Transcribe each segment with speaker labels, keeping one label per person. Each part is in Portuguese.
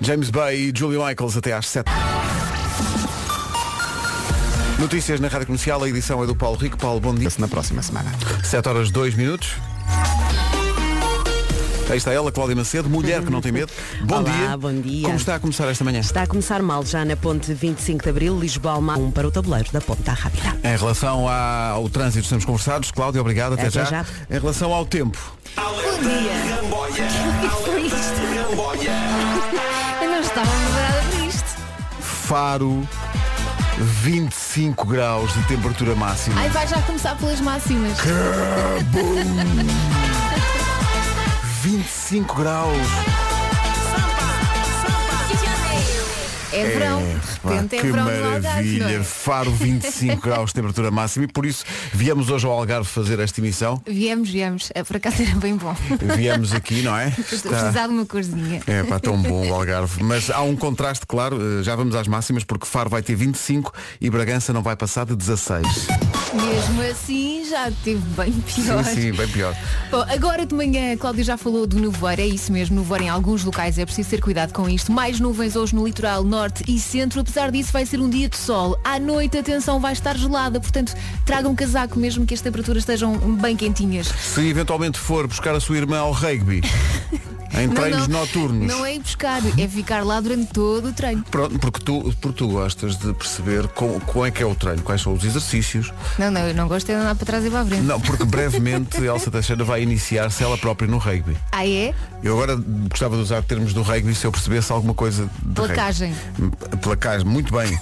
Speaker 1: James Bay e Julie Michaels até às 7. Notícias na Rádio Comercial, a edição é do Paulo Rico. Paulo, bom dia.
Speaker 2: Na próxima semana.
Speaker 1: 7 horas 2 minutos. Aí está ela, Cláudia Macedo, mulher que não tem medo. Bom
Speaker 3: Olá,
Speaker 1: dia.
Speaker 3: bom dia.
Speaker 1: Como está a começar esta manhã?
Speaker 3: Está a começar mal já na ponte 25 de Abril, Lisboa Alma 1 para o tabuleiro da Ponta Rápida.
Speaker 1: Em relação à- ao trânsito, estamos conversados. Cláudia, obrigado. Até,
Speaker 3: Até já.
Speaker 1: Em relação ao tempo,
Speaker 4: Bom dia. Foi isto. Eu não estava preparada para isto.
Speaker 1: Faro, 25 graus de temperatura máxima.
Speaker 4: Ai, vai já começar pelas máximas.
Speaker 1: 25 graus.
Speaker 4: É verão. De repente
Speaker 1: Pá,
Speaker 4: é
Speaker 1: que
Speaker 4: verão no Algarve, não
Speaker 1: maravilha,
Speaker 4: é?
Speaker 1: Faro 25 graus de temperatura máxima e por isso viemos hoje ao Algarve fazer esta emissão.
Speaker 4: Viemos, viemos. É, Por acaso era bem bom.
Speaker 1: Viemos aqui, não é?
Speaker 4: Precisar de uma corzinha.
Speaker 1: É pá, tão bom o Algarve. Mas há um contraste, claro, eh, já vamos às máximas, porque Faro vai ter 25 e Bragança não vai passar de 16.
Speaker 4: Mesmo assim, já teve bem
Speaker 1: Sim,
Speaker 4: pior.
Speaker 1: sim, bem pior.
Speaker 4: Bom, agora de manhã a Cláudia já falou do nevoeiro, é isso mesmo, nevoeiro em alguns locais, é preciso ter cuidado com isto. Mais nuvens hoje no litoral norte e centro, apesar disso vai ser um dia de sol. À noite a tensão vai estar gelada, portanto tragam casaco mesmo que as temperaturas estejam bem quentinhas.
Speaker 1: Se eventualmente for buscar a sua irmã ao rugby, em treinos noturnos.
Speaker 4: Não é ir buscar, é ficar lá durante todo o treino.
Speaker 1: Pronto, porque tu, porque tu gostas de perceber com, qual é que é o treino, quais são os exercícios.
Speaker 4: Não, não, eu não gosto de andar para trás e para a frente.
Speaker 1: Não, porque brevemente Elsa Teixeira vai iniciar-se ela própria no rugby.
Speaker 4: Ah é?
Speaker 1: Eu agora gostava de usar termos do rugby se eu percebesse alguma coisa de
Speaker 4: Placagem.
Speaker 1: rugby. Placagem, muito bem.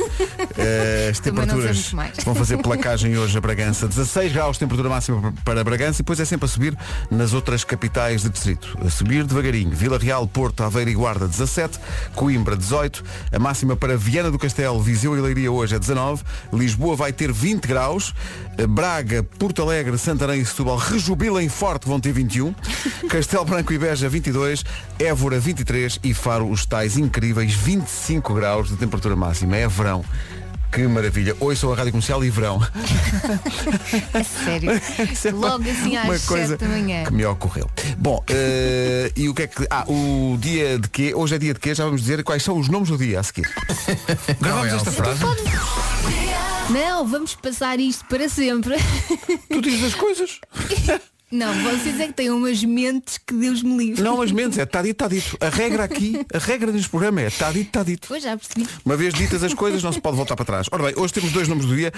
Speaker 1: Eh, as
Speaker 4: Também não
Speaker 1: temperaturas
Speaker 4: sabemos mais.
Speaker 1: vão fazer placagem hoje a Bragança. 16 graus, temperatura máxima para Bragança e depois é sempre a subir nas outras capitais de distrito. A subir devagarinho. Vila Real, Porto, Aveiro e Guarda 17, Coimbra 18, a máxima para Viana do Castelo, Viseu e Leiria hoje é 19, Lisboa vai ter 20 graus, Braga, Porto Alegre, Santarém e Setúbal rejubilem forte, vão ter 21, Castelo Branco e Beja 22, Évora 23 e Faro os tais incríveis 25 graus de temperatura máxima. É verão. Que maravilha. Hoje sou a Rádio Comercial e verão.
Speaker 4: É sério.
Speaker 1: Isso é uma-
Speaker 4: Logo assim
Speaker 1: uma
Speaker 4: às
Speaker 1: coisa
Speaker 4: 7 da manhã.
Speaker 1: que me ocorreu. Bom, eh, e o que é que... Ah, o dia de quê? Hoje é dia de quê? Já vamos dizer quais são os nomes do dia a seguir. Gravamos esta frase.
Speaker 4: Não, vamos passar isto para sempre.
Speaker 1: Tu dizes as coisas.
Speaker 4: Não, vocês é que têm umas mentes que Deus me livre.
Speaker 1: Não, mas menos. É está dito, está dito. A regra aqui, a regra neste programa é está dito, está dito.
Speaker 4: Pois já percebi.
Speaker 1: Uma vez ditas as coisas, não se pode voltar para trás. Ora bem, hoje temos dois nomes do dia.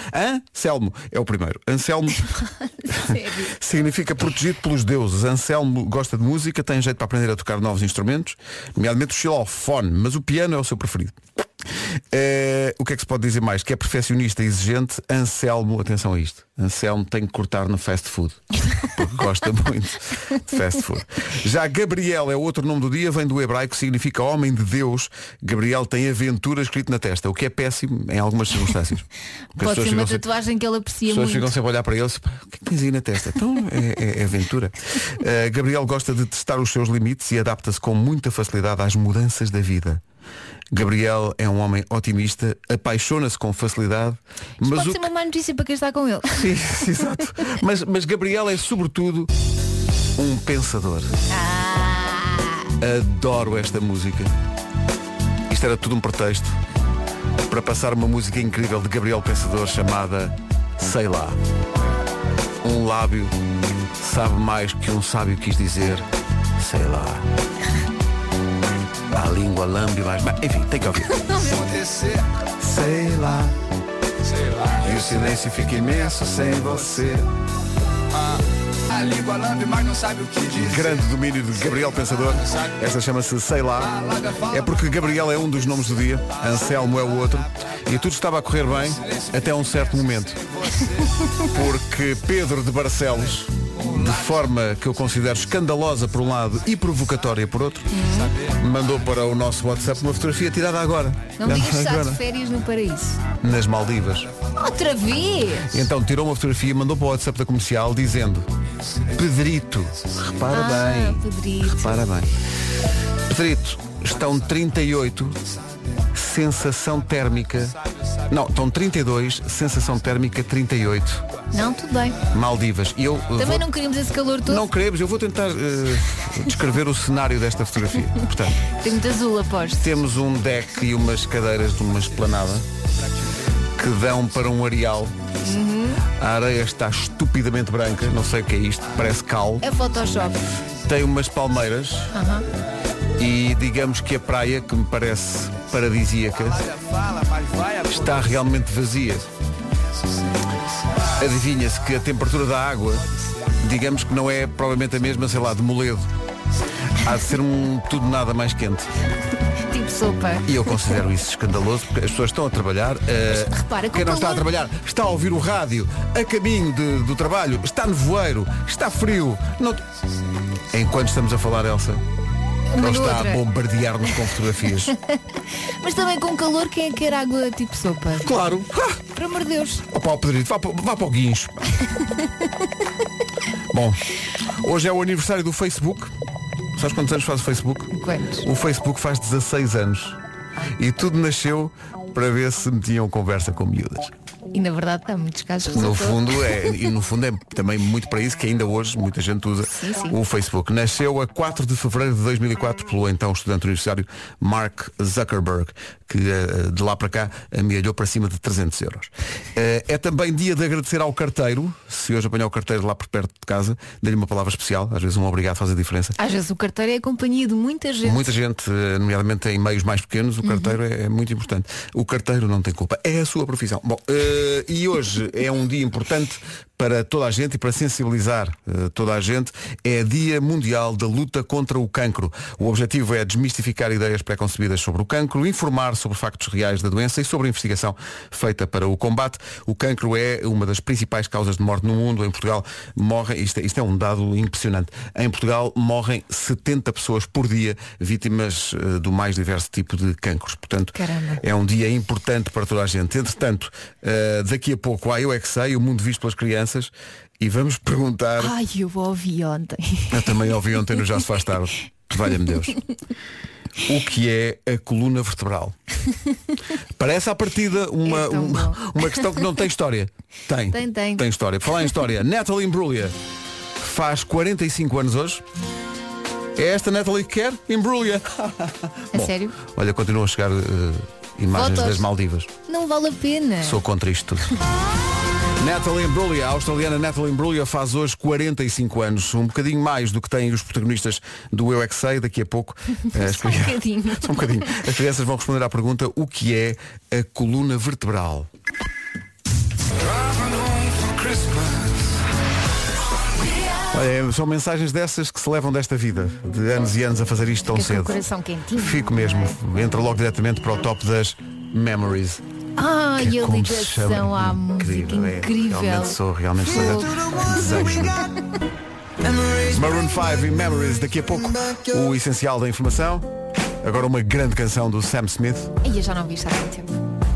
Speaker 1: Anselmo é o primeiro. Anselmo
Speaker 4: Sério.
Speaker 1: significa protegido pelos deuses. Anselmo gosta de música, tem jeito para aprender a tocar novos instrumentos, nomeadamente o xilofone, mas o piano é o seu preferido. Eh, o que é que se pode dizer mais? Que é perfeccionista e exigente, Anselmo, atenção a isto, Anselmo tem que cortar no fast food, porque gosta muito de fast food. Já Gabriel é outro nome do dia, vem do hebraico, significa homem de Deus. Gabriel tem aventura escrito na testa, o que é péssimo em algumas circunstâncias. Porque as
Speaker 4: Pode
Speaker 1: pessoas
Speaker 4: ser uma
Speaker 1: ficam sempre-
Speaker 4: tatuagem que ele aprecia
Speaker 1: as pessoas
Speaker 4: muito.
Speaker 1: ficam sempre a olhar para ele se, "Pá, o que é que tens aí na testa? Então é, é- é aventura. Uh, Gabriel gosta de testar os seus limites e adapta-se com muita facilidade às mudanças da vida. Gabriel é um homem otimista, apaixona-se com facilidade, mas
Speaker 4: Pode
Speaker 1: o
Speaker 4: ser uma má notícia para quem está com ele.
Speaker 1: Sim, sim, exato. Mas, mas Gabriel é sobretudo um pensador. Adoro esta música. Isto era tudo um pretexto para passar uma música incrível de Gabriel Pensador chamada Sei lá. Um lábio sabe mais que um sábio quis dizer, sei lá. A língua lambe mais. mas, Enfim, tem que ouvir. Sei lá. E o silêncio fica imenso sem você.
Speaker 5: Ah, A língua lambe, mas não sabe o que diz.
Speaker 1: Grande domínio de Gabriel Pensador. Esta chama-se Sei
Speaker 5: Ah,
Speaker 1: Lá. É porque Gabriel é um dos nomes do dia, Anselmo é o outro. E tudo estava a correr bem até um certo momento. Porque Pedro de Barcelos, de forma que eu considero escandalosa por um lado e provocatória por outro, mandou para o nosso WhatsApp uma fotografia tirada agora.
Speaker 4: Não me digas que está
Speaker 1: Agora.
Speaker 4: de férias no paraíso.
Speaker 1: Nas Maldivas.
Speaker 4: Outra vez!
Speaker 1: Então tirou uma fotografia e mandou para o WhatsApp da comercial dizendo Pedrito, repara
Speaker 4: Ah,
Speaker 1: bem,
Speaker 4: Pedrito.
Speaker 1: repara bem. Pedrito, estão 38, sensação térmica Não, estão 32, sensação térmica 38.
Speaker 4: Não, tudo bem.
Speaker 1: Maldivas. E eu eh,
Speaker 4: Também
Speaker 1: vou-
Speaker 4: não queríamos esse calor todo.
Speaker 1: não queremos, eu vou tentar eh, descrever o cenário desta fotografia. Portanto,
Speaker 4: Tem muito azul, aposto.
Speaker 1: temos um deck e umas cadeiras de uma esplanada que dão para um areal. A areia está estupidamente branca, não sei o que é isto, parece cal.
Speaker 4: É Photoshop.
Speaker 1: Tem umas palmeiras
Speaker 4: Aham.
Speaker 1: e digamos que a praia, que me parece paradisíaca, está realmente vazia. Adivinha-se que a temperatura da água, digamos que não é provavelmente a mesma, sei lá, de Moledo. Há de ser um tudo nada mais quente.
Speaker 4: Tipo sopa.
Speaker 1: E eu considero isso escandaloso, porque as pessoas estão a trabalhar. eh,
Speaker 4: repara, com
Speaker 1: quem não está a
Speaker 4: calor-
Speaker 1: trabalhar está a ouvir o rádio, a caminho de- do trabalho, está nevoeiro, está frio. não- Enquanto estamos a falar, Elsa,
Speaker 4: Uma
Speaker 1: ele
Speaker 4: do
Speaker 1: está
Speaker 4: outra.
Speaker 1: a bombardear-nos com fotografias.
Speaker 4: Mas também com calor, quem é que quer água tipo sopa?
Speaker 1: claro. Ah,
Speaker 4: Por amor de Deus.
Speaker 1: opa, ó Pedrito, vá, para- vá para o guincho. Bom, hoje é o aniversário do Facebook. Sabes quantos anos faz o Facebook?
Speaker 4: Quantos?
Speaker 1: O Facebook faz 16 anos. E tudo nasceu para ver se metiam conversa com miúdas.
Speaker 4: E na verdade está muitos casos
Speaker 1: No
Speaker 4: resultou.
Speaker 1: fundo é, e no fundo é também muito para isso que ainda hoje muita gente usa
Speaker 4: Sim, sim.
Speaker 1: o Facebook. Nasceu a 4 de fevereiro de 2004 pelo então estudante universitário Mark Zuckerberg, que eh, de lá para cá amealhou para cima de 300 euros. Eh, É também dia de agradecer ao carteiro, se hoje apanhar o carteiro lá por perto de casa, dê-lhe uma palavra especial, às vezes um obrigado faz a diferença.
Speaker 4: Às vezes o carteiro é a companhia de muita gente. Uhum.
Speaker 1: Muita gente, eh, nomeadamente em meios mais pequenos, o carteiro é, é muito importante. O carteiro não tem culpa, é a sua profissão. Bom, eh, e hoje é um dia importante para toda a gente e para sensibilizar eh, toda a gente. É Dia Mundial da Luta contra o Cancro. O objetivo é desmistificar ideias preconcebidas sobre o cancro, informar sobre factos reais da doença e sobre a investigação feita para o combate. O cancro é uma das principais causas de morte no mundo. Em Portugal morrem, isto, é- isto é um dado impressionante, em Portugal morrem 70 pessoas por dia vítimas eh, do mais diverso tipo de cancros. Portanto,
Speaker 4: Caramba.
Speaker 1: é um dia importante para toda a gente. Entretanto, eh, daqui a pouco há Eu É Que Sei, o mundo visto pelas crianças, e vamos perguntar...
Speaker 4: Ai, eu ouvi ontem.
Speaker 1: Eu também ouvi ontem no Já Se Faz Tarde. Valha-me Deus. O que é a coluna vertebral? Parece à partida uma,
Speaker 4: É tão bom.
Speaker 1: uma, uma questão que não tem história. Tem.
Speaker 4: Tem, tem.
Speaker 1: Tem história. Por Falar em história. Natalie Imbruglia faz 45 anos hoje. É esta Natalie que quer? Imbruglia.
Speaker 4: A sério?
Speaker 1: Olha, continuam a chegar eh, imagens
Speaker 4: Fotos.
Speaker 1: das Maldivas.
Speaker 4: Não vale a pena.
Speaker 1: Sou contra isto tudo. Natalie Imbruglia, a australiana Natalie Imbruglia faz hoje 45 anos, um bocadinho mais do que têm os protagonistas do Eu é Que Sei, daqui a pouco. eh,
Speaker 4: Só um
Speaker 1: cri-
Speaker 4: bocadinho.
Speaker 1: Só um bocadinho. As crianças vão responder à pergunta o que é a coluna vertebral. Olha, é, são mensagens dessas que se levam desta vida, de anos e anos a fazer isto tão
Speaker 4: Fica com o
Speaker 1: cedo.
Speaker 4: coração quentinho. é?
Speaker 1: Fico mesmo, entra logo diretamente para o top das memories.
Speaker 4: Ai,
Speaker 1: Que é
Speaker 4: a
Speaker 1: como se
Speaker 4: ligação
Speaker 1: chama.
Speaker 4: à música
Speaker 1: é.
Speaker 4: incrível.
Speaker 1: Realmente sou, realmente sou. Desejo. Maroon 5 e Memories, daqui a pouco o essencial da informação. Agora uma grande canção do Sam Smith.
Speaker 4: Ai, eu já não vi isto há tanto tempo.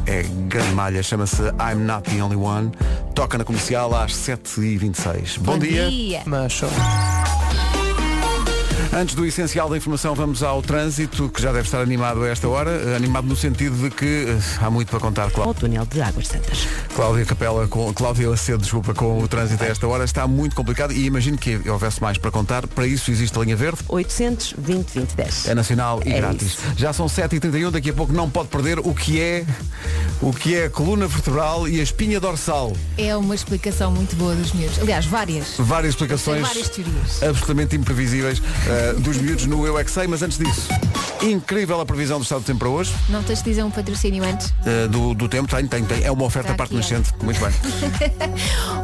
Speaker 1: É grande malha, chama-se I'm Not The Only One. Toca na comercial às 7h26. Bom, dia. Antes do essencial da informação, vamos ao trânsito, que já deve estar animado a esta hora. Animado no sentido de que eh, há muito para contar, claro.
Speaker 3: Ao túnel de Águas Santas.
Speaker 1: Cláudia Capela, com, Cláudia Lacedo, desculpa, com o trânsito a esta hora, está muito complicado e imagino que houvesse mais para contar. Para isso existe a linha verde.
Speaker 3: 800 20 20 10.
Speaker 1: É nacional e
Speaker 3: É
Speaker 1: grátis.
Speaker 3: isso.
Speaker 1: Já são 7h31, daqui a pouco não pode perder o que é o que é a coluna vertebral e a espinha dorsal.
Speaker 4: É uma explicação muito boa dos miúdos. Aliás, várias.
Speaker 1: Várias explicações
Speaker 4: Tem várias teorias.
Speaker 1: absolutamente imprevisíveis eh, dos miúdos no Eu É Que Sei, mas antes disso, incrível a previsão do estado do tempo para hoje.
Speaker 4: Não tens de dizer um patrocínio antes?
Speaker 1: Eh, do, do tempo, tem, tem, tem. É uma oferta
Speaker 4: Está
Speaker 1: à parte
Speaker 4: aqui,
Speaker 1: nascente. Muito bem.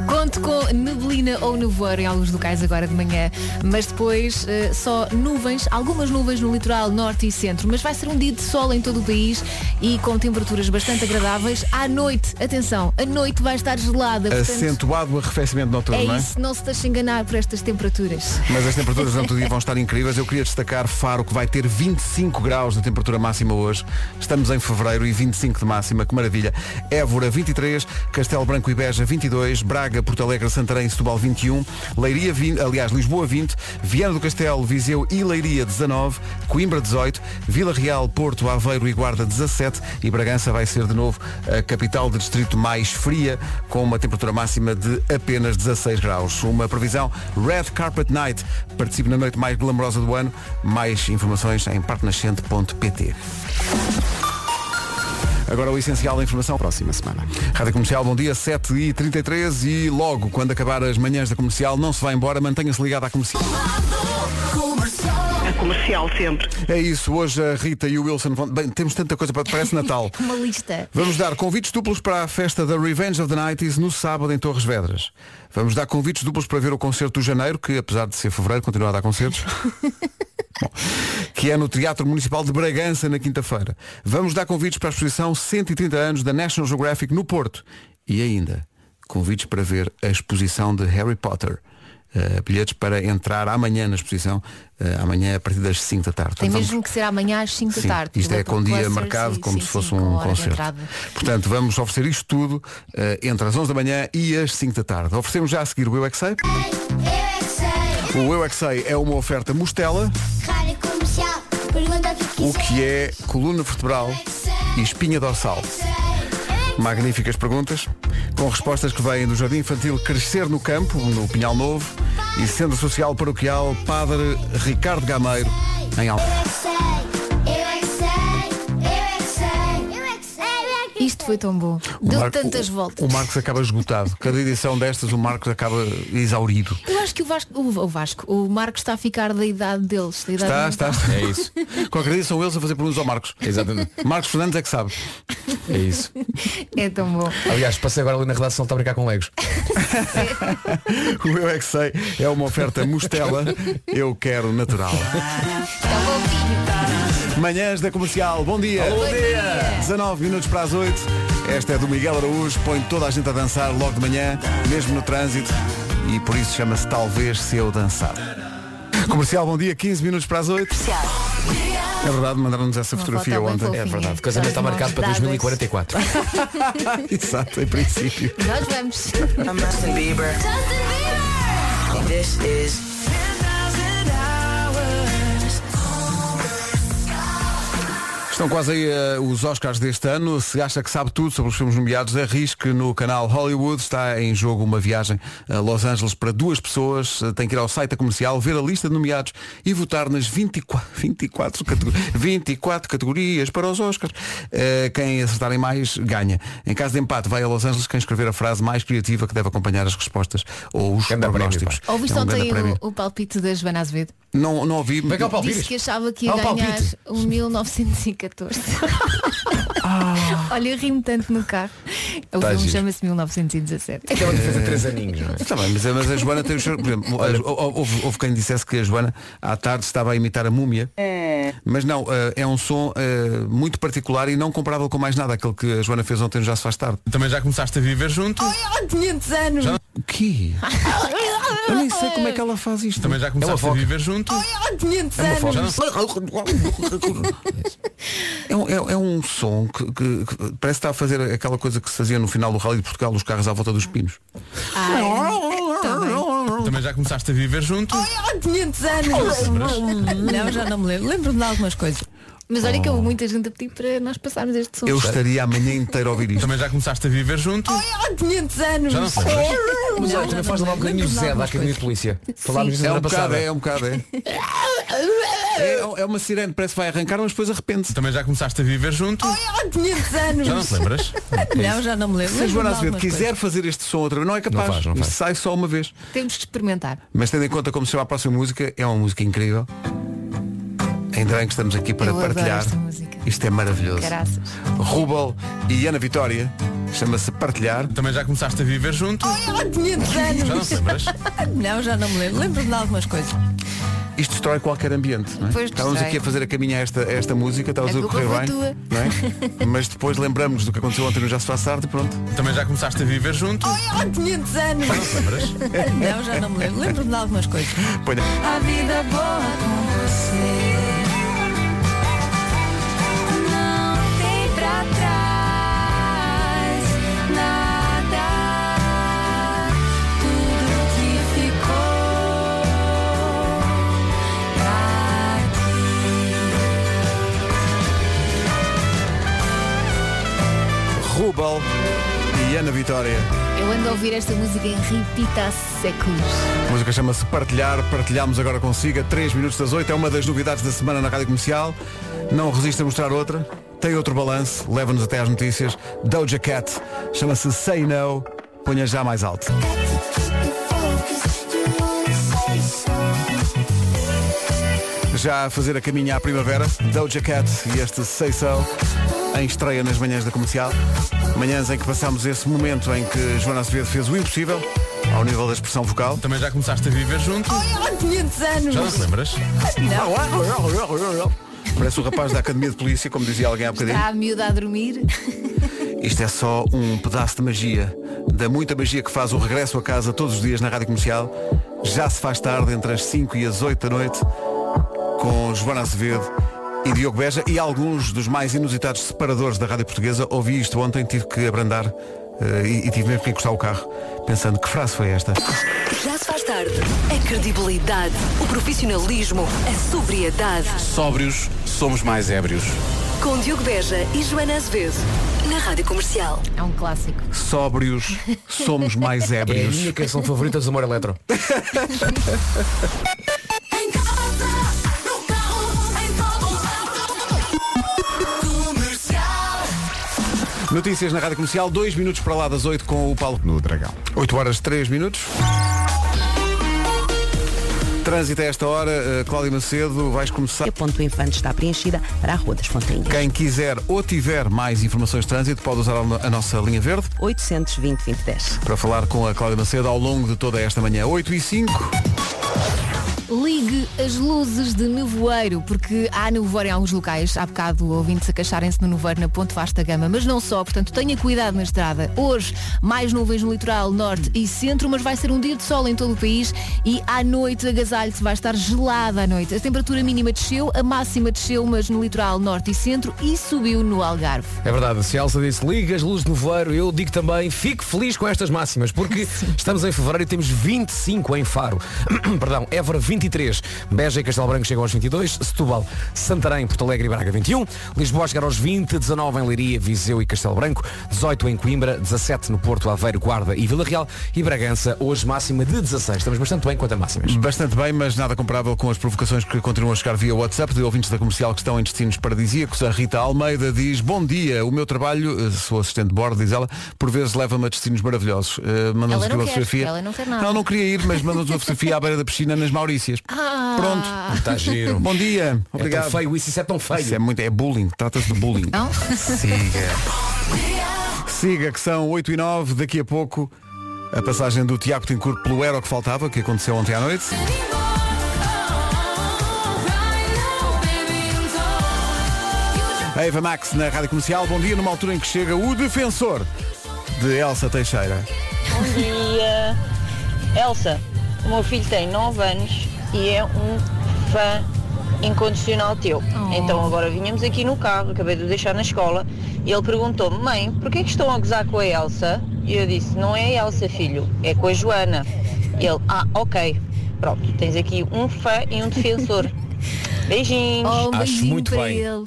Speaker 4: Conto com neblina ou nevoeiro em alguns locais agora de manhã, mas depois eh, só nuvens, algumas nuvens no litoral norte e centro, mas vai ser um dia de sol em todo o país e com temperaturas bastante agradáveis. À noite, atenção, a noite vai estar gelada, portanto
Speaker 1: Acentuado o arrefecimento noturno,
Speaker 4: é
Speaker 1: não é?
Speaker 4: isso, não se deixe enganar por estas temperaturas.
Speaker 1: Mas as temperaturas durante o dia vão estar incríveis. Eu queria destacar Faro, que vai ter 25 25 graus de temperatura máxima hoje. Estamos em fevereiro e 25 de máxima, que maravilha. Évora 23, Castelo Branco e Beja 22, Braga, Porto Alegre, Santarém e Setúbal 21, Leiria 20, aliás, Lisboa 20, Viana do Castelo, Viseu e Leiria 19, Coimbra 18, Vila Real, Porto, Aveiro e Guarda 17 e Bragança vai ser de novo a capital de distrito mais fria, com uma temperatura máxima de apenas 16 graus. Uma previsão Red Carpet Night. Participe na noite mais glamourosa do ano. Mais informações em partnascente.pt. Agora o essencial da informação.
Speaker 2: Próxima semana.
Speaker 1: Rádio Comercial, bom dia, 7h33 e logo, quando acabar as manhãs da comercial, não se vá embora, mantenha-se ligado à comercial.
Speaker 6: A comercial sempre.
Speaker 1: É isso, hoje a Rita e o Wilson vão. Bem, temos tanta coisa para. Parece Natal.
Speaker 4: Uma lista.
Speaker 1: Vamos dar convites duplos para a festa da Revenge of the Nights no sábado em Torres Vedras. Vamos dar convites duplos para ver o concerto do Janeiro, que apesar de ser fevereiro, continua a dar concertos. Bom, que é no Teatro Municipal de Bragança na quinta-feira. Vamos dar convites para a exposição 130 anos da National Geographic no Porto. E ainda, convites para ver a exposição de Harry Potter. Eh, bilhetes para entrar amanhã na exposição, eh, amanhã a partir das 5 da tarde.
Speaker 4: Tem
Speaker 1: Portanto, vamos-
Speaker 4: mesmo que ser amanhã às 5 da
Speaker 1: Então, Sim,
Speaker 4: tarde.
Speaker 1: Isto é
Speaker 4: Porque
Speaker 1: com dia
Speaker 4: Blazers,
Speaker 1: marcado,
Speaker 4: sim,
Speaker 1: como
Speaker 4: sim,
Speaker 1: se fosse
Speaker 4: sim, com
Speaker 1: um
Speaker 4: a hora de
Speaker 1: concerto.
Speaker 4: entrada.
Speaker 1: Portanto, vamos oferecer isto tudo eh, entre as 11 da manhã e as 5 da tarde. Oferecemos já a seguir o Eu É Que Sei. O Eu É Que Sei é uma oferta mostela,
Speaker 7: Rádio comercial, pergunta o que
Speaker 1: o que é coluna vertebral e espinha dorsal. Magníficas perguntas, com respostas que vêm do Jardim Infantil Crescer no Campo, no Pinhal Novo, e Centro Social Paroquial Padre Ricardo Gameiro, em Alves.
Speaker 4: Isto foi tão bom.
Speaker 1: O
Speaker 4: Deu
Speaker 1: Mar-
Speaker 4: tantas voltas.
Speaker 1: O Marcos acaba esgotado. Cada edição destas o Marcos acaba exaurido.
Speaker 4: Eu acho que o Vasco, o, o Vasco, o Marco está a ficar da idade deles. Da idade
Speaker 1: Está,
Speaker 4: mental.
Speaker 1: está.
Speaker 2: É isso.
Speaker 1: Qualquer dia são eles a fazer perguntas ao Marcos.
Speaker 2: Exatamente.
Speaker 1: Marcos Fernandes é que sabe.
Speaker 2: É isso.
Speaker 4: É tão bom.
Speaker 2: Aliás, passei agora ali na redação, está a brincar com legos.
Speaker 1: O Eu É Que Sei é uma oferta mostela. Eu quero natural.
Speaker 4: Está bom,
Speaker 1: Manhãs da Comercial. Bom dia. Bom dia. 19 minutos para as 8. Esta é do Miguel Araújo. Põe toda a gente a dançar logo de manhã, mesmo no trânsito. E por isso chama-se Talvez Se Eu Dançar. Comercial, bom dia. 15 minutos para as 8. É verdade, mandaram-nos essa fotografia
Speaker 4: foto bem
Speaker 1: ontem.
Speaker 4: fofinha. É verdade.
Speaker 2: O casamento está marcado para 2044.
Speaker 1: Exato, em princípio.
Speaker 4: Nós vamos.
Speaker 1: Estão quase aí eh, os Oscars deste ano. Se acha que sabe tudo sobre os filmes nomeados, arrisque no canal Hollywood. Está em jogo uma viagem a Los Angeles para duas pessoas. Eh, Tem que ir ao site da comercial, ver a lista de nomeados e votar nas 24, 24, catego- 24 categorias para os Oscars. Eh, Quem acertarem mais ganha. Em caso de empate, vai a Los Angeles quem escrever a frase mais criativa que deve acompanhar as respostas ou os
Speaker 2: Ganda prémio,
Speaker 1: prognósticos.
Speaker 4: Ouviste
Speaker 1: É um grande
Speaker 4: ontem
Speaker 1: prémio.
Speaker 4: o, o palpite da Joana Azevedo?
Speaker 1: Não, não ouvi.
Speaker 2: Vem cá o palpite.
Speaker 4: Disse que achava que ia
Speaker 2: Ah, o
Speaker 4: ganhar
Speaker 2: palpite.
Speaker 4: o 1914. Olha, eu ri-me tanto no carro. O
Speaker 2: Ah. Tá
Speaker 4: filme
Speaker 2: giro.
Speaker 4: chama-se 1917.
Speaker 2: Tem uma diferença de 3 aninhos, não é?
Speaker 1: Está bem, mas, mas a Joana tem os seus. Por exemplo, a- houve, houve quem dissesse que a Joana à tarde estava a imitar a múmia. Mas não, eh, é um som eh, muito particular e não comparável com mais nada, aquele que a Joana fez ontem no já se faz tarde.
Speaker 8: Também já começaste a viver junto?
Speaker 4: Há 500 anos!
Speaker 1: O quê? Eu nem sei como é que ela faz isto.
Speaker 8: Também já começaste a viver junto?
Speaker 4: Há 500 anos!
Speaker 8: Já não sei.
Speaker 1: É um, é- é um som que, que- que parece que está a fazer aquela coisa que se fazia no final do Rally de Portugal, os carros à volta dos pinos.
Speaker 8: Também já começaste a viver junto?
Speaker 4: Há 500 anos! Não, já não me lembro. Lembro-me de algumas coisas. Mas olha
Speaker 2: Oh.
Speaker 4: que houve muita gente a pedir para nós passarmos este som.
Speaker 1: Eu estaria a manhã inteira a ouvir isto.
Speaker 8: Também já começaste a viver junto?
Speaker 4: Há 500 anos!
Speaker 8: Já não sei.
Speaker 2: Mas olha, também faz lá um bocadinho o Zé da Academia de Polícia. Falámos disso
Speaker 1: É
Speaker 2: na
Speaker 1: um
Speaker 2: semana
Speaker 1: bocado,
Speaker 2: passada.
Speaker 1: é, é um bocado, é. É, é uma sirene, parece que vai arrancar, mas depois arrepende-se.
Speaker 8: Também já começaste a viver
Speaker 9: Ah,
Speaker 8: junto?
Speaker 4: Há 500 anos!
Speaker 8: Já não te lembras?
Speaker 10: Não, já não me lembro.
Speaker 1: Se a
Speaker 10: Lembro-me de
Speaker 1: Joana Azevedo
Speaker 10: algumas
Speaker 1: quiser fazer este som outra vez, não é capaz.
Speaker 2: Não faz, não
Speaker 1: Isto
Speaker 2: faz.
Speaker 1: Sai só uma vez.
Speaker 4: Temos que experimentar.
Speaker 1: Mas tendo em conta como se chama a próxima música, é uma música incrível. Ainda bem que estamos aqui para
Speaker 4: Eu adoro
Speaker 1: partilhar.
Speaker 4: esta música.
Speaker 1: Isto é maravilhoso.
Speaker 4: Graças.
Speaker 1: Rubel e Ana Vitória chama-se Partilhar.
Speaker 2: Então-
Speaker 8: Também já começaste a viver junto?
Speaker 4: Há 500
Speaker 8: Já
Speaker 4: anos!
Speaker 8: não te lembras?
Speaker 10: coisas. Não, já não me lembro. Lembro-me de algumas coisas.
Speaker 1: Isto destrói qualquer ambiente. Não é?
Speaker 4: Pois
Speaker 1: Estávamos
Speaker 4: destrói.
Speaker 1: aqui a fazer a caminha a esta, a esta música, estávamos
Speaker 4: A
Speaker 1: a correr
Speaker 4: culpa
Speaker 1: bem.
Speaker 4: foi tua.
Speaker 1: não é? Mas depois lembramos do que aconteceu ontem no Já se faz tarde e pronto.
Speaker 8: Também já começaste a viver junto?
Speaker 4: Há 500 anos!
Speaker 8: Já não te lembras?
Speaker 10: Não, já não me lembro. Lembro-me de algumas coisas.
Speaker 1: Ponha.
Speaker 10: A vida boa com você.
Speaker 1: Hubal e Ana Vitória.
Speaker 4: Eu ando a ouvir esta música em repeat há séculos.
Speaker 1: A música chama-se Partilhar, partilhamos agora consigo a 3 minutos das 8, é uma das novidades da semana na Rádio Comercial. Não resiste a mostrar outra, tem outro balanço, leva-nos até às notícias. Doja Cat, chama-se Say No, ponha já mais alto. Já a fazer a caminha à primavera, Doja Cat e este Say So, em estreia nas manhãs da comercial. Manhãs em que passamos esse momento em que Joana Acevedo fez o impossível, ao nível da expressão vocal.
Speaker 8: Também já começaste a viver junto.
Speaker 10: Há 500 anos.
Speaker 8: Já não te lembras?
Speaker 2: É
Speaker 1: Parece o rapaz da Academia de Polícia, como dizia alguém há bocadinho.
Speaker 4: Está a miúda a dormir.
Speaker 1: Isto é só um pedaço de magia, da muita magia que faz o regresso a casa todos os dias na Rádio Comercial. Já se faz tarde entre as 5 e as 8 da noite, com Joana Azevedo e Diogo Beja e alguns dos mais inusitados separadores da Rádio Portuguesa. Ouvi isto ontem, tive que abrandar eh, e, e tive mesmo que encostar o carro, pensando que frase foi esta.
Speaker 6: Já se faz tarde. A credibilidade, o profissionalismo, a sobriedade.
Speaker 9: Sóbrios, somos mais ébrios.
Speaker 6: Com Diogo Beja e Joana Azevedo. Na Rádio Comercial.
Speaker 4: É um clássico.
Speaker 1: Sóbrios, somos mais
Speaker 2: É a
Speaker 1: ébrios.
Speaker 2: minha canção favorita dos Amor Eletro.
Speaker 7: Em casa, no carro, em todo lado. Comercial.
Speaker 1: Notícias na Rádio Comercial, 2 minutos para lá das 8 com o Paulo
Speaker 5: No Dragão.
Speaker 1: 8 horas 3 minutos. Trânsito a esta hora, eh, Cláudia Macedo, vais começar.
Speaker 3: A ponto infante está preenchida para a Rua das Fontainhas.
Speaker 1: Quem quiser ou tiver mais informações de trânsito pode usar a nossa linha verde
Speaker 3: 820 2010.
Speaker 1: para falar com a Cláudia Macedo ao longo de toda esta manhã. 8 e 5.
Speaker 4: Ligue as luzes de nevoeiro, porque há nevoeiro em alguns locais. Há bocado ouvindo-se a queixarem-se no nevoeiro na Ponte Vasta Gama, mas não só. Portanto, tenha cuidado na estrada. Hoje, mais nuvens no litoral norte e centro, mas vai ser um dia de sol em todo o país e à noite agasalho-se, vai estar gelada à noite. A temperatura mínima desceu, a máxima desceu, mas no litoral norte e centro e subiu no Algarve.
Speaker 2: É verdade, se a Elsa disse liga as luzes de nevoeiro, eu digo também fico feliz com estas máximas, porque estamos em fevereiro e temos 25 em Faro. Perdão, Évora 23, Beja e Castelo Branco chegam aos 22, Setúbal, Santarém, Porto Alegre e Braga 21, Lisboa a chegar aos 20, 19 em Leiria, Viseu e Castelo Branco, 18 em Coimbra, 17 no Porto, Aveiro, Guarda e Vila Real e Bragança, hoje máxima de 16. Estamos bastante bem quanto a máximas.
Speaker 1: Bastante bem, mas nada comparável com as provocações que continuam a chegar via WhatsApp de ouvintes da comercial que estão em destinos paradisíacos. A Rita Almeida diz, bom dia, o meu trabalho, eh, sou assistente de bordo, diz ela, por vezes leva-me a destinos maravilhosos. Eh, Mandou-nos
Speaker 4: Ela
Speaker 1: aqui
Speaker 4: não
Speaker 1: uma
Speaker 4: quer,
Speaker 1: fotografia.
Speaker 4: ela não quer nada.
Speaker 1: Ela não queria ir, mas mandou-nos uma fotografia à beira da piscina nas Maurícias.
Speaker 4: Ah.
Speaker 1: Pronto.
Speaker 2: Está giro.
Speaker 1: Bom dia.
Speaker 2: É
Speaker 1: Obrigado.
Speaker 2: tão feio isso, isso é tão feio.
Speaker 1: Isso é muito, é bullying, trata-se de bullying.
Speaker 4: Não?
Speaker 1: Siga. Siga que são 8 e 9, daqui a pouco a passagem do Tiago Tencourt pelo Era o que faltava, que aconteceu ontem à noite. A Eva Max na Rádio Comercial, bom dia, numa altura em que chega o defensor de Elsa Teixeira.
Speaker 11: Bom dia. Elsa, o meu filho tem 9 anos e é um fã incondicional teu.
Speaker 4: Oh.
Speaker 11: Então agora vinhamos aqui no carro, acabei de o deixar na escola e ele perguntou-me, mãe, porquê é que estão a gozar com a Elsa? E eu disse, não é a Elsa, filho, é com a Joana. E ele, ah, ok. Pronto, tens aqui um fã e um defensor. Beijinhos.
Speaker 4: Oh, um
Speaker 2: Acho
Speaker 4: beijinho
Speaker 2: muito
Speaker 4: para
Speaker 2: bem.
Speaker 4: ele.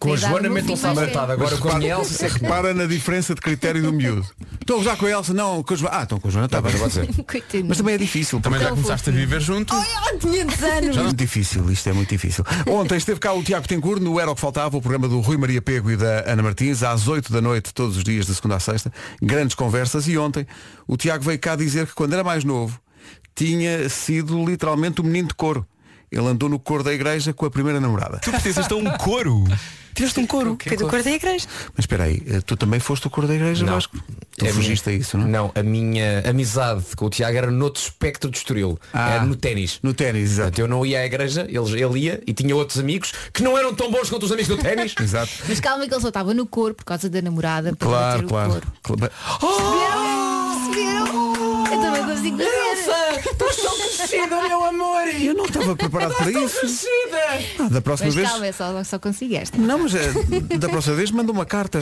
Speaker 2: Com a
Speaker 4: Tem dado
Speaker 2: Joana
Speaker 4: um
Speaker 2: metam-se à
Speaker 4: fim mais
Speaker 2: matada,
Speaker 4: cedo.
Speaker 2: agora com a minha Elsa, isso é que-
Speaker 1: Repara na diferença de critério do miúdo. Estão já com a Elsa? Não, com a Joana. Ah, estão com a Joana, está bem.
Speaker 4: Coitadinho.
Speaker 1: Mas também é difícil.
Speaker 8: Também já
Speaker 9: Então
Speaker 4: Tão
Speaker 8: começaste a
Speaker 9: assim.
Speaker 8: viver junto.
Speaker 10: Há 500 anos.
Speaker 1: É muito difícil, isto é muito difícil. Ontem esteve cá o Tiago Tencourt no Era o que Faltava, o programa do Rui Maria Pego e da Ana Martins, às 8 da noite, todos os dias, da segunda à sexta. Grandes conversas. E ontem o Tiago veio cá dizer que quando era mais novo tinha sido literalmente um menino de couro. Ele andou no coro da igreja com a primeira namorada.
Speaker 9: Tu pertenceste a um coro. Tiveste um coro.
Speaker 2: Que é coro?
Speaker 9: da igreja.
Speaker 1: Mas espera aí, eh, tu também foste o coro da igreja,
Speaker 2: Não.
Speaker 1: Vasco? Tu
Speaker 2: A
Speaker 1: fugiste
Speaker 2: minha-
Speaker 1: a isso, não? é?
Speaker 2: Não, a minha amizade com o Tiago era noutro espectro de estoril.
Speaker 1: Ah.
Speaker 2: Era no ténis.
Speaker 1: No ténis, exato.
Speaker 2: Portanto, eu não ia à igreja, ele, ele ia e tinha outros amigos que não eram tão bons quanto os amigos do ténis.
Speaker 1: Exato.
Speaker 4: Mas calma que ele só estava no corpo por causa da namorada para
Speaker 1: Claro,
Speaker 4: bater o
Speaker 1: claro.
Speaker 4: corpo.
Speaker 1: Cla-
Speaker 4: Oh! Perceberam? Eu também consigo fazer.
Speaker 1: Eu não estava preparado para isso. Ah, da próxima
Speaker 4: Mas
Speaker 1: vez.
Speaker 4: calma, eu só, só consigo esta.
Speaker 1: Não, mas eh, da próxima vez manda uma carta.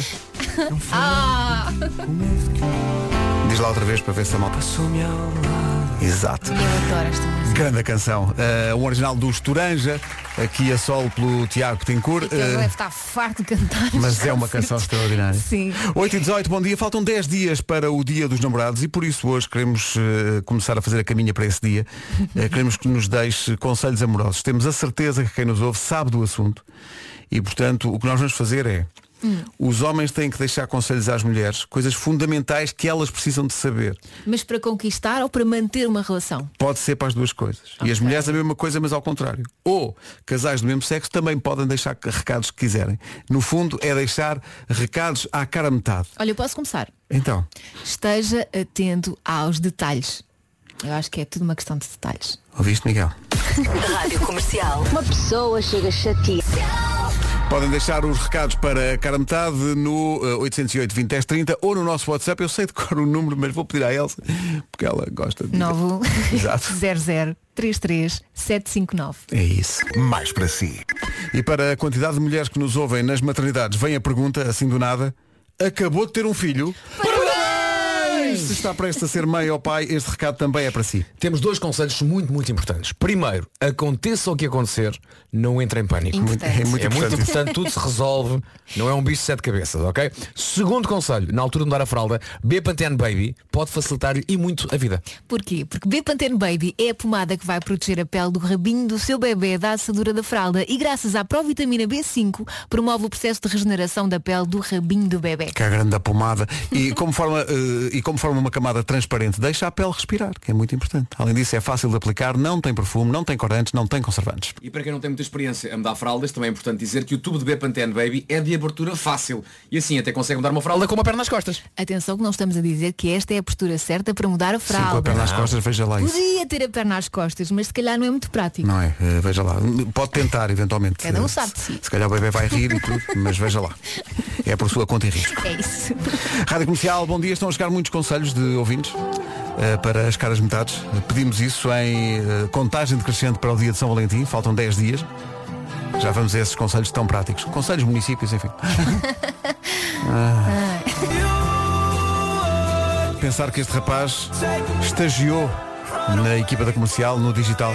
Speaker 4: Ah,
Speaker 1: Diz lá outra vez para ver se a malta. Exato.
Speaker 4: eu adoro esta música.
Speaker 1: Grande canção. Eh, um original dos Toranja, aqui a sol pelo Tiago Betancourt.
Speaker 4: Ele
Speaker 1: Eh,
Speaker 4: deve estar farto de cantar.
Speaker 1: mas é uma canção extraordinária.
Speaker 4: Sim.
Speaker 1: 8 e 18, bom dia. Faltam 10 dias para o Dia dos Namorados e por isso hoje queremos eh, começar a fazer a caminha para esse dia. Eh, queremos que nos deixe conselhos amorosos. Temos a certeza que quem nos ouve sabe do assunto e, portanto, o que nós vamos fazer é os homens têm que deixar conselhos às mulheres, coisas fundamentais que elas precisam de saber.
Speaker 4: Mas para conquistar ou para manter uma relação?
Speaker 1: Pode ser para as duas coisas. E as mulheres a mesma coisa, mas ao contrário. Ou casais do mesmo sexo também podem deixar recados que quiserem. No fundo, é deixar recados à cara metade.
Speaker 4: Olha, eu posso começar.
Speaker 1: Então,
Speaker 4: Esteja atento aos detalhes. Eu acho que é tudo uma questão de detalhes.
Speaker 1: ouviste, Miguel?
Speaker 6: Rádio Comercial.
Speaker 11: Uma pessoa chega chateada.
Speaker 1: Podem deixar os recados para a cara metade no eh, 808 20 10 30 ou no nosso WhatsApp. Eu sei de cor o número, mas vou pedir à Elsa, porque ela gosta de...
Speaker 4: 9
Speaker 1: Exato.
Speaker 4: 00 33 759.
Speaker 1: É isso. Mais para si. E para a quantidade de mulheres que nos ouvem nas maternidades, vem a pergunta, assim do nada, acabou de ter um filho? Parabéns! Se está prestes a ser mãe ou pai, este recado também é para si.
Speaker 2: Temos dois conselhos muito, muito importantes. Primeiro, aconteça o que acontecer, não entre em pânico.
Speaker 4: Muito- é
Speaker 1: muito
Speaker 2: É
Speaker 1: importante
Speaker 2: muito
Speaker 1: isso.
Speaker 2: importante, tudo se resolve, não é um bicho de sete cabeças, ok? Segundo conselho, na altura de mudar a fralda, Bepantene Baby pode facilitar e muito a vida.
Speaker 4: Porquê? Porque Bepantene Baby é a pomada que vai proteger a pele do rabinho do seu bebê da assadura da fralda e graças à provitamina B5 promove o processo de regeneração da pele do rabinho do bebê.
Speaker 1: Que é a grande da pomada. E como, forma, eh, e como forma uma camada transparente, deixa a pele respirar, que é muito importante. Além disso, é fácil de aplicar, não tem perfume, não tem corantes, não tem conservantes.
Speaker 2: E para quem não tem muita experiência a mudar fraldas, também é importante dizer que o tubo de Bepantene Baby é de abertura fácil. E assim até consegue mudar uma fralda com uma perna nas costas.
Speaker 4: Atenção que não estamos a dizer que esta é a postura certa para mudar a
Speaker 1: Sim, com a
Speaker 4: fralda.
Speaker 1: perna às costas, veja lá isso.
Speaker 4: Podia ter a perna às costas, mas se calhar não é muito prático.
Speaker 1: Não é? Eh, veja lá. Pode tentar, eventualmente.
Speaker 4: Cada um
Speaker 1: Eh,
Speaker 4: sabe de
Speaker 1: Se,
Speaker 4: si.
Speaker 1: se calhar o bebê vai rir e tudo, mas veja lá. É por sua conta e risco.
Speaker 4: É isso.
Speaker 1: Rádio Comercial, bom dia. Estão a chegar muitos conselhos de ouvintes eh, para as caras metades. Eh, Pedimos isso em eh, contagem decrescente para o dia de São Valentim. Faltam 10 dias. Já vamos a esses conselhos tão práticos. Conselhos, municípios, enfim. Ah. Pensar que este rapaz estagiou na equipa da comercial, no digital.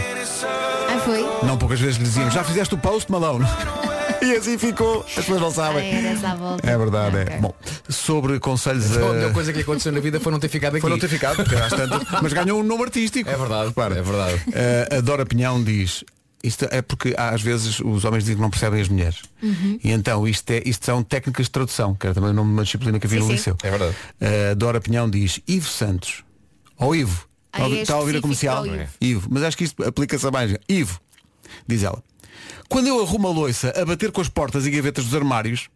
Speaker 4: Ah, foi?
Speaker 1: Não poucas vezes lhe diziam, já fizeste o post, Malone? e assim ficou. As pessoas não
Speaker 4: Ah,
Speaker 1: sabem.
Speaker 4: era essa a volta.
Speaker 1: Tá É verdade,
Speaker 4: Ok.
Speaker 1: é. Bom, sobre conselhos eh,
Speaker 2: A melhor
Speaker 1: a...
Speaker 2: coisa que lhe aconteceu na vida foi não ter ficado aqui.
Speaker 1: Foi não ter ficado, porque às tantas- mas ganhou um nome artístico.
Speaker 2: É verdade,
Speaker 1: Repara.
Speaker 2: é verdade.
Speaker 1: Eh, a Dora Pinhão diz, isto é porque há, às vezes os homens dizem que não percebem as mulheres.
Speaker 4: Uhum.
Speaker 1: E então isto, é, isto são técnicas de tradução, que era também o nome de uma disciplina que havia
Speaker 4: Sim,
Speaker 1: no
Speaker 4: sim.
Speaker 1: liceu.
Speaker 2: É verdade.
Speaker 1: Eh, Dora Pinhão diz, Ivo Santos, ou Ivo, está a
Speaker 4: Ah, é
Speaker 1: ouvir- está a ouvir a
Speaker 4: específico
Speaker 1: comercial?
Speaker 4: ao Ivo.
Speaker 1: Ivo, mas acho que isto aplica-se a mais. Ivo, diz ela, quando eu arrumo a loiça a bater com as portas e gavetas dos armários,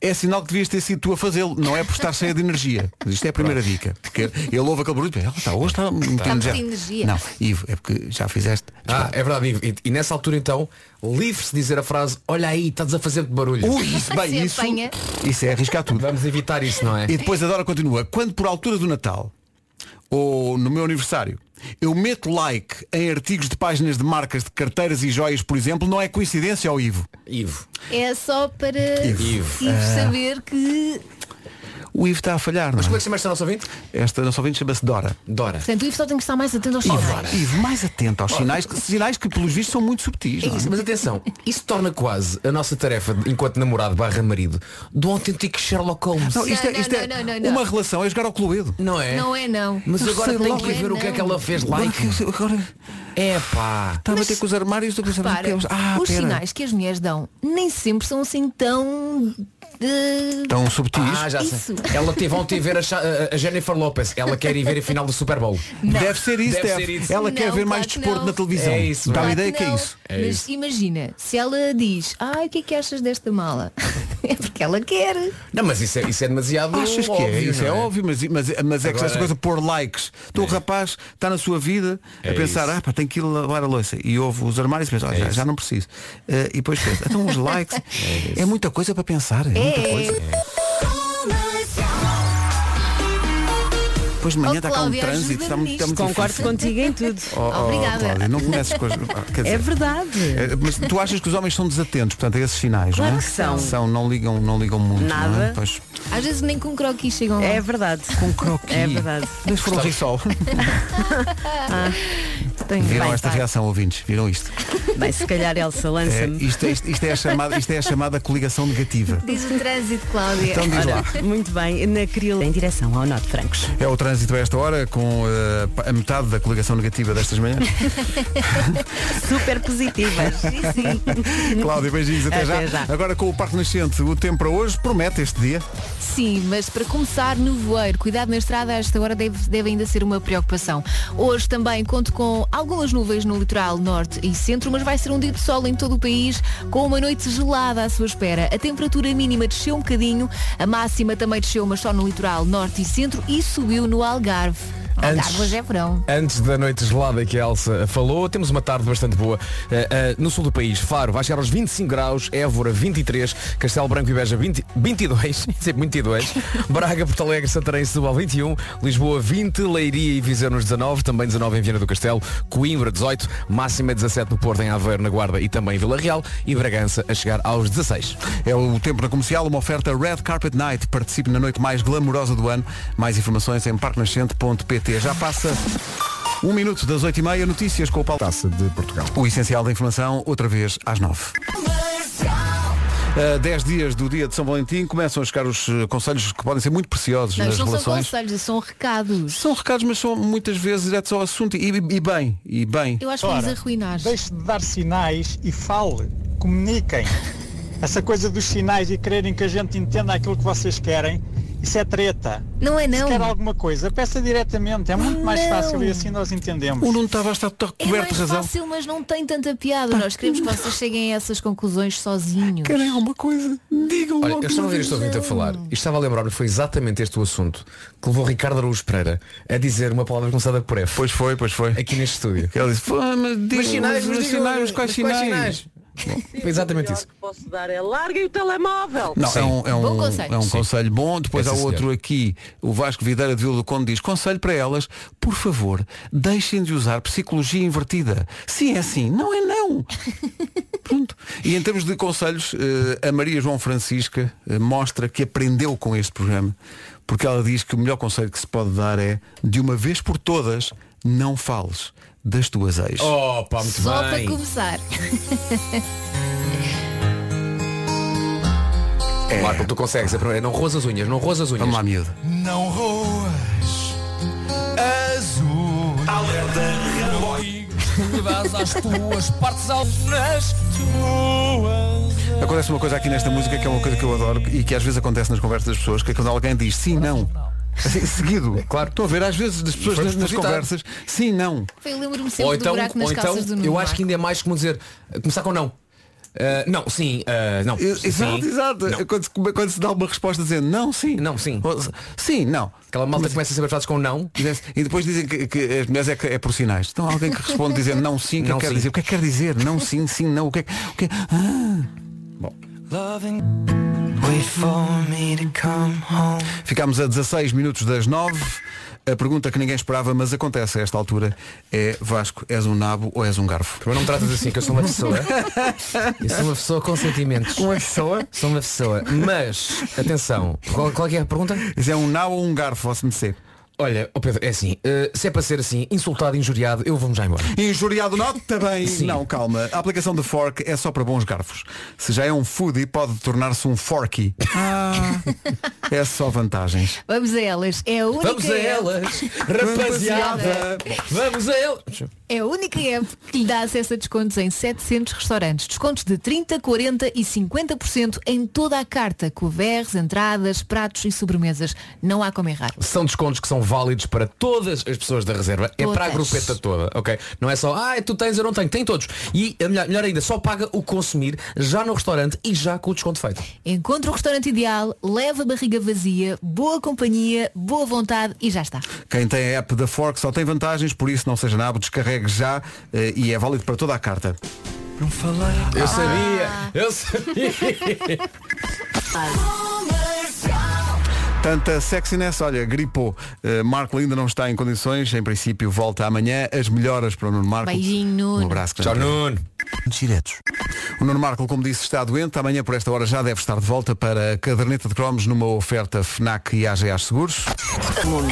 Speaker 1: é sinal que devias ter sido tu a fazê-lo, não é por estar cheia de energia. Isto é a primeira dica. Porque ele ouve aquele barulho e pensa, "Ela está, hoje está muito
Speaker 4: muito energia."
Speaker 1: Não, Ivo, é porque já fizeste.
Speaker 2: Ah, é verdade. Ivo. E, e nessa altura então, livre-se de dizer a frase, olha aí, estás a fazer muito barulho.
Speaker 1: Ui, isso, bem,
Speaker 4: Se
Speaker 1: isso,
Speaker 4: Assim apanha.
Speaker 1: isso é arriscar tudo.
Speaker 2: Vamos evitar isso, não é?
Speaker 1: E depois a Dora continua. Quando por altura do Natal ou no meu aniversário eu meto like em artigos de páginas de marcas de carteiras e joias, por exemplo, não é coincidência, ó Ivo.
Speaker 2: Ivo.
Speaker 4: É só para
Speaker 1: Ivo.
Speaker 2: Ivo.
Speaker 4: Ivo saber que.
Speaker 1: O Ivo está a falhar, não
Speaker 2: Mas como é
Speaker 1: é?
Speaker 2: que se chama esta nossa ouvinte?
Speaker 1: Esta nossa ouvinte chama-se Dora.
Speaker 2: Dora.
Speaker 4: Portanto, o Ivo só tem que estar mais atento aos sinais.
Speaker 1: Ivo, mais atento aos sinais, que- sinais que pelos vistos são muito subtis.
Speaker 2: É
Speaker 1: não é?
Speaker 2: isso, mas atenção, isso torna quase a nossa tarefa de- enquanto namorado barra marido do autêntico Sherlock Holmes.
Speaker 1: Não, isto é,
Speaker 4: Não,
Speaker 1: isto
Speaker 4: não,
Speaker 1: é
Speaker 4: não, não, não.
Speaker 1: uma relação, é jogar ao Cluedo.
Speaker 2: Não é?
Speaker 4: Não é não.
Speaker 2: Mas
Speaker 1: Não
Speaker 2: agora
Speaker 1: sei
Speaker 2: tenho
Speaker 1: logo.
Speaker 2: que
Speaker 4: Não é,
Speaker 2: ver o que é que
Speaker 4: não.
Speaker 2: ela fez
Speaker 1: Agora
Speaker 2: like.
Speaker 1: que- agora
Speaker 2: É pá.
Speaker 1: estava a
Speaker 4: Mas-
Speaker 1: ter com os armários, estou a pensar,
Speaker 4: Repara,
Speaker 1: mas- ah,
Speaker 4: os
Speaker 1: pera.
Speaker 4: sinais que as mulheres dão nem sempre são assim tão. eh,
Speaker 1: Tão subtis.
Speaker 2: Ah, já
Speaker 4: Isso.
Speaker 2: sei. Ela teve ontem a ver a, Cha- a- a Jennifer Lopez. Ela quer ir ver a final do Super Bowl.
Speaker 1: Deve ser isso,
Speaker 2: Deve
Speaker 1: deve.
Speaker 2: ser isso.
Speaker 1: Ela
Speaker 4: Não,
Speaker 1: quer ver mais
Speaker 4: claro que
Speaker 1: desporto
Speaker 4: não.
Speaker 1: na televisão.
Speaker 2: É isso,
Speaker 1: Dá-me
Speaker 4: claro
Speaker 1: ideia que é
Speaker 4: Ah, não.
Speaker 1: isso.
Speaker 2: É
Speaker 4: Mas
Speaker 2: isso.
Speaker 4: imagina, se ela diz, ai, o que é que achas desta mala? é porque ela quer.
Speaker 2: Não, mas isso é, isso é demasiado.
Speaker 1: Achas que é?
Speaker 2: óbvio,
Speaker 1: Isso é,
Speaker 2: não
Speaker 1: óbvio, mas, mas, mas é que
Speaker 2: Agora-
Speaker 1: essa coisa de pôr likes. Então o rapaz está na sua vida a
Speaker 2: É
Speaker 1: pensar,
Speaker 2: isso.
Speaker 1: ah pá, tenho que ir lavar a louça. E ouve os armários e pensa, "Ah, já, já não preciso. Eh, e depois pensa, então uns likes. É, muita coisa para pensar. É, muita coisa. Depois de manhã
Speaker 4: Oh,
Speaker 1: está cá um
Speaker 4: Cláudia,
Speaker 1: trânsito,
Speaker 4: ajuda-me
Speaker 1: está muito, está muito
Speaker 4: nisto.
Speaker 1: difícil.
Speaker 3: Concordo contigo em tudo.
Speaker 1: Oh, oh,
Speaker 4: Obrigada.
Speaker 1: Cláudia, não comeces com as... ah, quer
Speaker 3: É
Speaker 1: dizer,
Speaker 3: verdade.
Speaker 1: eh, mas tu achas que os homens são desatentos, portanto, a esses sinais,
Speaker 3: Claro
Speaker 1: não é?
Speaker 3: que são.
Speaker 1: não ligam, não ligam muito. não é?
Speaker 3: Nada.
Speaker 1: Pois,
Speaker 4: Às vezes nem com croquis chegam lá.
Speaker 3: É verdade.
Speaker 1: com croquis.
Speaker 3: É verdade.
Speaker 1: Mas foram risol.
Speaker 3: Tem
Speaker 1: Viram
Speaker 3: bem,
Speaker 1: esta
Speaker 3: tá.
Speaker 1: reação, ouvintes? Viram isto?
Speaker 3: Bem, se calhar Elsa
Speaker 1: É,
Speaker 3: lança-me.
Speaker 1: isto, é- isto é a chamada, isto é a chamada coligação negativa.
Speaker 3: Diz o trânsito, Cláudia.
Speaker 1: Então diz lá.
Speaker 3: Muito bem, na Cril, em direção ao Norte Francos.
Speaker 1: É o trânsito a esta hora, com eh, pa- a metade da coligação negativa destas manhãs.
Speaker 3: Super positivas.
Speaker 1: Cláudia, beijinhos, até,
Speaker 4: Até já.
Speaker 1: Agora com o Parque Nascente, o tempo para hoje promete este dia.
Speaker 4: Sim, mas para começar, nevoeiro. Cuidado na estrada, a esta hora deve, deve ainda ser uma preocupação. Hoje também conto com algumas nuvens no litoral norte e centro, mas vai ser um dia de sol em todo o país, com uma noite gelada à sua espera. A temperatura mínima desceu um bocadinho, a máxima também desceu, mas só no litoral norte e centro e subiu no Algarve.
Speaker 2: Antes-
Speaker 4: Algarve hoje é verão.
Speaker 2: Antes da noite gelada que a Elsa falou, temos uma tarde bastante boa eh, eh, no sul do país. Faro vai chegar aos 25 graus, Évora 23, Castelo Branco e Beja 20, 22, sempre 22, Braga, Porto Alegre, Santarém, e Setúbal 21, Lisboa 20, Leiria e Viseu nos 19, também 19 em Viana do Castelo, Coimbra 18, máxima 17 no Porto, em Aveiro, na Guarda e também em Vila Real e Bragança a chegar aos 16.
Speaker 1: É o tempo na comercial, uma oferta Red Carpet Night. Participe na noite mais glamourosa do ano. Mais informações em parquenascente.pt. Já passa um minuto das oito e meia, notícias com o Paulo Taça de Portugal. O essencial da informação, outra vez às nove. A 10 dias do dia de São Valentim começam a chegar os eh, conselhos que podem ser muito preciosos
Speaker 4: Não,
Speaker 1: nas
Speaker 4: isto não são
Speaker 1: relações.
Speaker 4: conselhos, são recados.
Speaker 1: São recados, mas são muitas vezes diretos ao assunto. E, e- e bem, e bem.
Speaker 4: Eu acho que vamos arruinar.
Speaker 12: Deixe de dar sinais e fale, comuniquem. Essa coisa dos sinais e quererem que a gente entenda aquilo que vocês querem, isso é treta.
Speaker 13: Não é
Speaker 12: Se
Speaker 13: não.
Speaker 12: quer alguma coisa, peça diretamente, é muito mais
Speaker 4: Não.
Speaker 12: fácil e assim nós entendemos.
Speaker 1: O Nuno estava a estar
Speaker 4: É mais fácil, mas não tem tanta piada. Nós queremos que vocês cheguem a essas conclusões sozinhos.
Speaker 1: Querem alguma coisa? Digam
Speaker 2: Olha, eu estava a ouvir este ouvinte a falar e estava a lembrar-me foi exatamente este o assunto que levou Ricardo Araújo Pereira a dizer uma palavra começada por F.
Speaker 1: Pois foi, pois foi.
Speaker 2: Aqui neste estúdio.
Speaker 1: Ele disse, "Pô, mas diga-
Speaker 2: sinais,
Speaker 1: mas
Speaker 2: mas diga-
Speaker 1: sinais, mas quais
Speaker 2: mas quais
Speaker 1: sinais?"
Speaker 2: Bom, foi exatamente isso.
Speaker 14: Posso dar é larguem o telemóvel.
Speaker 1: Não, é um, é um, é um
Speaker 2: Sim.
Speaker 1: conselho bom. Depois
Speaker 2: É,
Speaker 1: há
Speaker 2: sim,
Speaker 1: outro
Speaker 2: senhor.
Speaker 1: aqui, o Vasco Videira de Vila do Conde diz, conselho para elas, por favor, deixem de usar psicologia invertida. Sim, é sim, não é não. Pronto. E em termos de conselhos, eh, a Maria João Francisca eh, mostra que aprendeu com este programa, porque ela diz que o melhor conselho que se pode dar é, de uma vez por todas, não fales das tuas ex.
Speaker 2: Oh, pá, muito
Speaker 4: Só
Speaker 1: bem.
Speaker 4: para começar.
Speaker 2: É. Marco, tu consegues, é primeira, não roas as unhas, não roas as unhas. Vamos lá,
Speaker 1: miúdo.
Speaker 5: Não roas azul. Alerta Ramboy. Vas às tuas partes alvas tuas.
Speaker 1: Acontece uma coisa aqui nesta música que é uma coisa que eu adoro e que às vezes acontece nas conversas das pessoas, que é quando alguém diz sim, não. Assim, seguido. Claro. Estou a ver, às vezes das pessoas
Speaker 2: Foi
Speaker 1: nas, nas
Speaker 2: propositado.
Speaker 1: conversas, sim, não.
Speaker 4: Eu um lembro-me sempre do buraco nas
Speaker 2: ou
Speaker 4: calças
Speaker 2: então,
Speaker 4: do Nuno.
Speaker 2: eu acho que ainda é mais como dizer, começar com não. Ah, não, sim, ah, não.
Speaker 1: Exato,
Speaker 2: sim,
Speaker 1: exato. Quando, se- quando se dá uma resposta dizendo não, sim. Não, sim. sim, não.
Speaker 2: Aquela malta começa a saber frases com não.
Speaker 1: E depois dizem que, que as mulheres é, que é por sinais. Então há alguém que responde dizendo não, sim, o que é
Speaker 2: Não,
Speaker 1: que quer
Speaker 2: sim.
Speaker 1: dizer? O que é que quer dizer? Não, sim, sim, não. O que é que. O que é- Ah.
Speaker 7: Wait for me to come home.
Speaker 1: Ficámos a 16 minutos das 9. A pergunta que ninguém esperava, mas acontece a esta altura, é Vasco, és um nabo ou és um garfo?
Speaker 2: Primeiro não me tratas assim, que eu sou uma pessoa. Eu sou uma pessoa com sentimentos. Uma
Speaker 1: pessoa?
Speaker 2: Sou uma pessoa. Mas, atenção, qual, qual é que é a pergunta?
Speaker 1: Isso é um nabo ou um garfo, posso me ser?
Speaker 2: Olha, ó Pedro, é assim, eh, se é para ser assim, insultado, injuriado, eu vou-me já embora.
Speaker 1: Injuriado não também.
Speaker 2: Sim.
Speaker 1: Não, calma. A aplicação de Fork é só para bons garfos. Se já é um foodie, pode tornar-se um forky. É só vantagens.
Speaker 4: Vamos a elas. É a única
Speaker 2: Vamos a
Speaker 4: app-
Speaker 2: elas, rapaziada. Vamos a elas.
Speaker 4: É a única app que lhe dá acesso a descontos em 700 restaurantes. Descontos de 30, 40 e 50% em toda a carta. Coverres, entradas, pratos e sobremesas. Não há como errar.
Speaker 2: São descontos que são válidos para todas as pessoas da reserva. É para a
Speaker 4: Todas.
Speaker 2: grupeta toda, ok? Não é só, ah, tu tens, eu não tenho. Tem todos. E a melhor, melhor ainda, só paga o consumir já no restaurante e já com o desconto feito.
Speaker 4: Encontra o restaurante ideal, leva a barriga vazia, boa companhia, boa vontade e já está.
Speaker 1: Quem tem a app da Fork só tem vantagens, por isso não seja nabo, descarregue já eh, e é válido para toda a carta.
Speaker 7: Não falei.
Speaker 2: Eu sabia, eu sabia.
Speaker 1: Tanta sexiness, olha, gripou. Eh, Marco ainda não está em condições, em princípio volta amanhã. As melhoras para o Nuno Marco.
Speaker 4: Beijinho, Nuno.
Speaker 1: Um abraço.
Speaker 2: Tchau, Então, Nuno.
Speaker 1: Diretos. O Nuno Marco, como disse, está doente. Amanhã, por esta hora, já deve estar de volta para a caderneta de cromos numa oferta FNAC e AGA Seguros.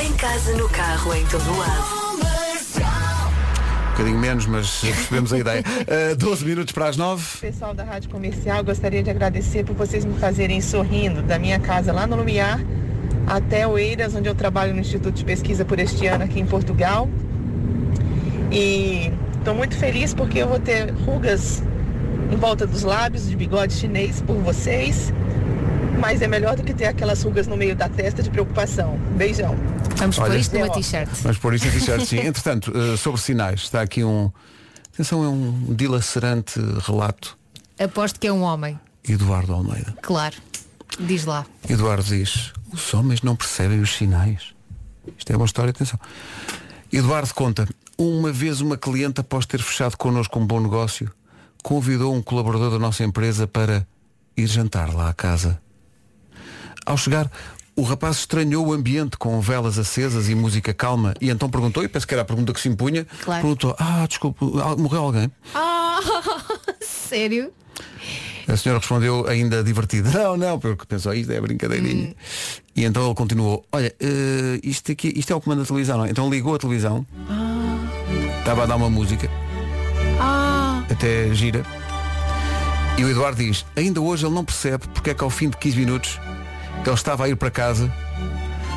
Speaker 6: Em casa, no carro, em todo lado.
Speaker 1: Um bocadinho menos, mas percebemos a ideia. Uh, 12 minutos para as 9.
Speaker 13: Pessoal da Rádio Comercial, gostaria de agradecer por vocês me fazerem sorrindo da minha casa lá no Lumiar até Oeiras, onde eu trabalho no Instituto de Pesquisa por este ano aqui em Portugal. E estou muito feliz porque eu vou ter rugas em volta dos lábios de bigode chinês por vocês. Mas é melhor do que ter aquelas rugas no meio da testa de preocupação. Beijão.
Speaker 4: Vamos
Speaker 1: pôr Olha. isto numa
Speaker 4: t-shirt.
Speaker 1: Mas por isso em t-shirt, sim. Entretanto, eh, sobre sinais, está aqui um. Atenção, é um dilacerante relato.
Speaker 4: Aposto que é um homem,
Speaker 1: Eduardo Almeida.
Speaker 4: claro. Diz lá.
Speaker 1: Eduardo diz, os homens não percebem os sinais. Isto é uma história, atenção. Eduardo conta, uma vez uma cliente, após ter fechado connosco um bom negócio, convidou um colaborador da nossa empresa para ir jantar lá à casa. Ao chegar, o rapaz estranhou o ambiente com velas acesas e música calma e então perguntou, e penso que era a pergunta que se impunha,
Speaker 4: Claro.
Speaker 1: perguntou, ah, desculpe, al- morreu alguém?
Speaker 4: Ah, sério?
Speaker 1: A senhora respondeu ainda divertida. Não, não, porque pensou, isto é brincadeirinha. E então ele continuou, olha, eh, isto, aqui, isto é o comando da televisão, não é? Então ligou a televisão, estava a dar uma música,
Speaker 4: Ah,
Speaker 1: até gira. E o Eduardo diz, ainda hoje ele não percebe porque é que ao fim de 15 minutos ele estava a ir para casa.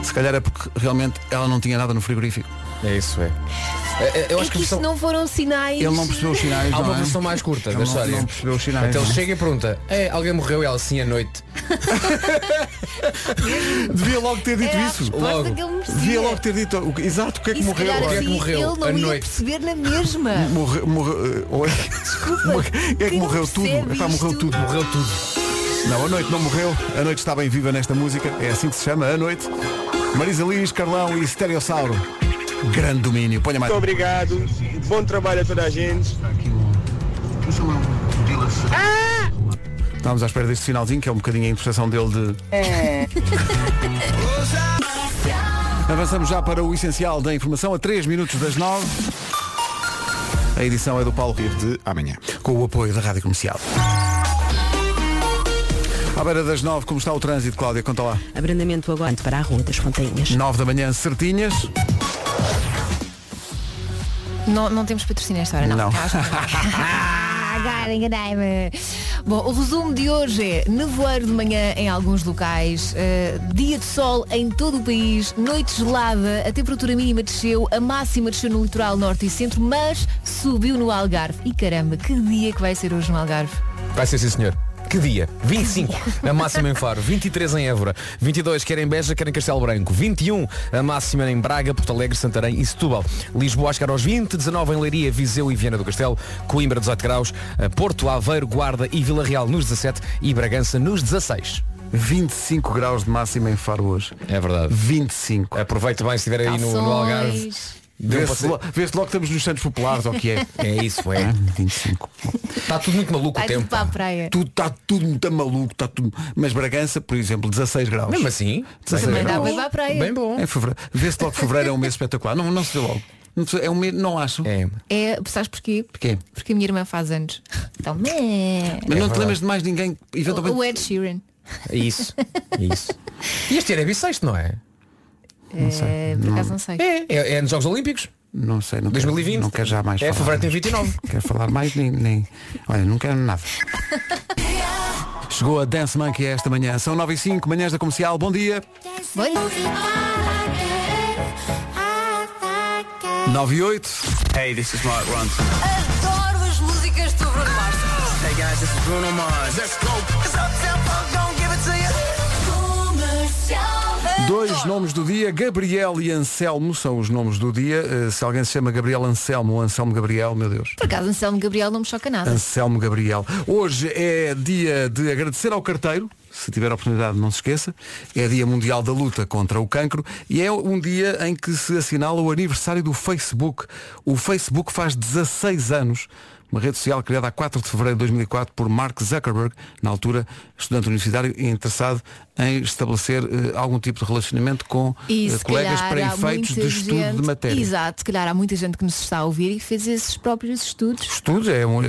Speaker 1: Se calhar é porque realmente ela não tinha nada no frigorífico.
Speaker 2: É isso, é. Eu
Speaker 4: é que isto não foram sinais.
Speaker 1: Ele não percebeu os sinais,
Speaker 2: Há uma
Speaker 1: não é?
Speaker 2: versão mais curta
Speaker 1: Ele
Speaker 2: da
Speaker 1: não-
Speaker 2: história.
Speaker 1: não percebeu os sinais,
Speaker 2: Então
Speaker 1: não é?
Speaker 2: chega e pergunta, "É, alguém morreu e ela sim à noite.
Speaker 1: Devia logo ter dito
Speaker 4: Era É a
Speaker 1: isso.
Speaker 4: resposta Logo. que ele merecia.
Speaker 1: Devia logo ter dito o que- exato o que é que
Speaker 4: E se
Speaker 1: morreu. O
Speaker 4: calhar
Speaker 1: que é
Speaker 4: assim
Speaker 1: que morreu
Speaker 4: ele não
Speaker 1: à
Speaker 4: ia
Speaker 1: noite.
Speaker 4: perceber na mesma.
Speaker 1: Morreu, morreu, ou é que-
Speaker 4: Desculpa.
Speaker 1: é que
Speaker 4: não
Speaker 1: morreu tudo?
Speaker 4: percebe
Speaker 1: Epá, morreu
Speaker 4: isto?
Speaker 1: tudo. Morreu tudo. Não, a noite não morreu. A noite está bem viva nesta música. É assim que se chama, a noite. Marisa Liz, Carlão e Stereossauro. Grande domínio. Ponha mais. um.
Speaker 15: Muito obrigado. Bom trabalho a toda a gente.
Speaker 1: Estávamos à espera deste finalzinho, que é um bocadinho a interpretação dele de.
Speaker 15: É.
Speaker 1: Avançamos já para o essencial da informação, a 3 minutos das 9. A edição é do Paulo Rio de amanhã. Com o apoio da Rádio Comercial. À beira das 9, como está o trânsito, Cláudia? Conta lá.
Speaker 3: Abrandamento agora para a Rua das Fontainhas.
Speaker 1: 9 da manhã, certinhas.
Speaker 4: Não, não temos patrocínio esta hora, não.
Speaker 1: Não.
Speaker 4: Acho que Ah, Agora enganei-me. Bom, o resumo de hoje é nevoeiro de manhã em alguns locais, eh, dia de sol em todo o país, noite gelada, a temperatura mínima desceu, a máxima desceu no litoral norte e centro, mas subiu no Algarve. E caramba, que dia que vai ser hoje no Algarve?
Speaker 2: Vai ser sim, senhor. Que dia? 25, a máxima em Faro, 23 em Évora, 22 quer em Beja, quer em Castelo Branco, 21 a máxima em Braga, Porto Alegre, Santarém e Setúbal. Lisboa a chegar aos 20, 19 em Leiria, Viseu e Viana do Castelo, Coimbra 18 graus, eh, Porto, Aveiro, Guarda e Vila Real nos 17 e Bragança nos 16.
Speaker 1: 25 graus de máxima em Faro hoje.
Speaker 2: É verdade. É,
Speaker 1: 25.
Speaker 2: Aproveita bem se estiver aí no, no Algarve. Deu um
Speaker 1: Vê-se
Speaker 2: passeio.
Speaker 1: lo- vê-se logo que estamos nos Santos Populares, ou o que é?
Speaker 2: É isso, é.
Speaker 1: 25.
Speaker 2: Está Tá tudo muito maluco
Speaker 4: Vai
Speaker 2: o tempo.
Speaker 4: tudo para a praia.
Speaker 1: Tudo está tá tudo muito maluco, está tudo. Mas Bragança, por exemplo, 16 graus.
Speaker 2: Mesmo assim,
Speaker 1: 16
Speaker 4: também dá
Speaker 1: graus.
Speaker 4: para ir para a praia. Bem bom.
Speaker 2: É
Speaker 1: Em fevereiro. Vê-se logo que fevereiro é um mês espetacular. Não, não se vê logo. Não se- É um mês, não acho.
Speaker 2: É.
Speaker 4: É, sabes porquê?
Speaker 1: Porquê?
Speaker 4: Porque a minha irmã faz anos. Então, meh.
Speaker 1: Mas não te lembras de mais ninguém que eventualmente.
Speaker 4: O Ed Sheeran.
Speaker 2: É isso. É isso. E este ano é bissexto, não é?
Speaker 4: Eh, por acaso não sei.
Speaker 2: É, é nos Jogos Olímpicos.
Speaker 1: Não sei, não
Speaker 2: 2020.
Speaker 1: Quero, não quero já mais
Speaker 2: É,
Speaker 1: falar.
Speaker 2: fevereiro tem 29.
Speaker 1: Quero falar mais nem, nem. Olha, não quero nada. Chegou a Dance Monkey esta manhã. São 9 e 5, manhãs da comercial. Bom dia.
Speaker 4: Bom.
Speaker 1: 9 e 8. Hey, this is Mark Ronson.
Speaker 6: Adoro as músicas do Bruno Mars.
Speaker 7: Hey guys, this is Bruno Mars. Let's go. It's up-tempo, don't give it to you. Comercial.
Speaker 1: Dois nomes do dia, Gabriel e Anselmo são os nomes do dia. Eh, se alguém se chama Gabriel Anselmo ou Anselmo Gabriel, meu Deus.
Speaker 4: Por acaso, Anselmo Gabriel não me choca nada.
Speaker 1: Anselmo Gabriel. Hoje é dia de agradecer ao carteiro. Se tiver a oportunidade, não se esqueça. É dia mundial da luta contra o cancro e é um dia em que se assinala o aniversário do Facebook. O Facebook faz 16 anos. uma rede social criada a 4 de fevereiro de 2004 por Mark Zuckerberg, na altura estudante universitário e interessado em estabelecer eh, algum tipo de relacionamento com
Speaker 4: E
Speaker 1: eh,
Speaker 4: se
Speaker 1: colegas
Speaker 4: calhar
Speaker 1: para
Speaker 4: há
Speaker 1: efeitos de
Speaker 4: muita
Speaker 1: estudo
Speaker 4: gente-
Speaker 1: de matéria.
Speaker 4: Exato, se calhar há muita gente que nos está a ouvir e que fez esses próprios estudos.
Speaker 1: Estudos, é, um- é-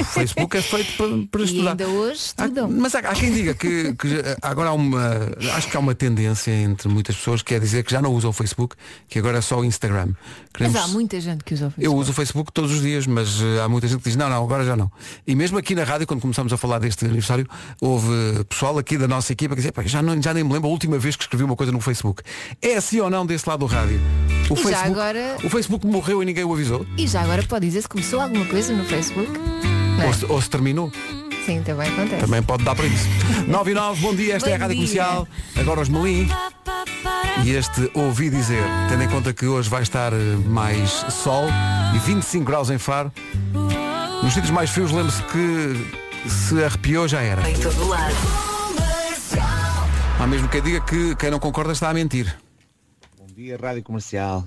Speaker 1: o Facebook é feito para, para
Speaker 4: E
Speaker 1: estudar.
Speaker 4: ainda hoje estudam.
Speaker 1: Mas há, há quem diga que, que agora há uma. Acho que há uma tendência entre muitas pessoas que é dizer que já não usa o Facebook, que agora é só o Instagram.
Speaker 4: Mas
Speaker 1: Queremos-
Speaker 4: há muita gente que usa o
Speaker 1: eu uso o Facebook todos os dias, mas eh, há muita gente que diz, não, não, agora já não. E mesmo aqui na rádio, quando começámos a falar deste aniversário, houve eh, pessoal aqui da nossa equipa que dizia, "Pá, já, não, já nem me lembro a última vez que escrevi uma coisa no Facebook. É assim ou não desse lado do rádio? O,
Speaker 4: E já
Speaker 1: Facebook,
Speaker 4: agora-
Speaker 1: o Facebook morreu e ninguém o avisou?
Speaker 4: E já agora pode dizer se começou alguma coisa no Facebook. Não é?
Speaker 1: Ou se- ou se terminou?
Speaker 4: Sim, também acontece.
Speaker 1: Também pode dar para isso. 9 e 9, bom dia, esta é a
Speaker 4: Bom
Speaker 1: Rádio
Speaker 4: dia.
Speaker 1: Comercial. Agora os Melim. E este ouvi dizer, tendo em conta que hoje vai estar eh, mais sol e 25 graus em Faro, nos sítios mais frios lembro-se que se arrepiou já era.
Speaker 6: Em todo lado.
Speaker 1: Há mesmo quem diga que quem não concorda está a mentir.
Speaker 16: Bom dia, Rádio Comercial.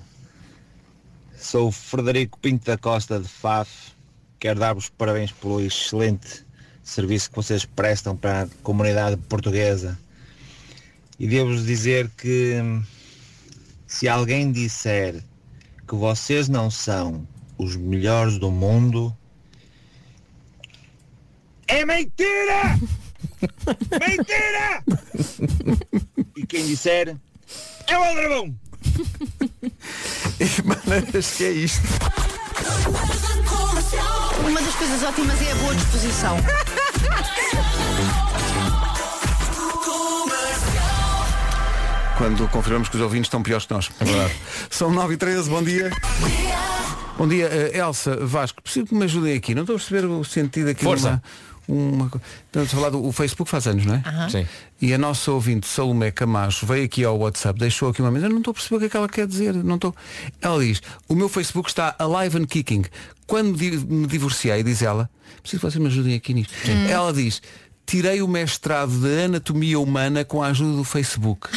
Speaker 16: Sou o Frederico Pinto da Costa de FAF. Quero dar-vos parabéns pelo excelente serviço que vocês prestam para a comunidade portuguesa. E devo-vos dizer que hum, se alguém disser que vocês não são os melhores do mundo, é mentira! mentira! e quem disser é o Aldrabão!
Speaker 1: Maneiras que é isto.
Speaker 17: Uma das coisas ótimas é a boa disposição.
Speaker 1: Quando confirmamos que os ouvintes estão piores que nós. É verdade. São 9 e 13, bom dia. Bom dia, eh, Elsa Vasco, preciso que me ajudem aqui. Não estou a perceber o sentido aqui
Speaker 2: Força.
Speaker 1: Uma, uma... co- Estamos a falar do o Facebook faz anos, não
Speaker 17: Ah,
Speaker 1: é?
Speaker 2: Aham. Sim.
Speaker 1: E a nossa ouvinte, Salomé Camacho, veio aqui ao WhatsApp, deixou aqui uma mensagem, eu não estou a perceber o que é que ela quer dizer. Não estou... Ela diz, o meu Facebook está alive and kicking. Quando di- me divorciei, diz ela, preciso que vocês me ajudem aqui nisto. Ela diz, tirei o mestrado de anatomia humana com a ajuda do Facebook.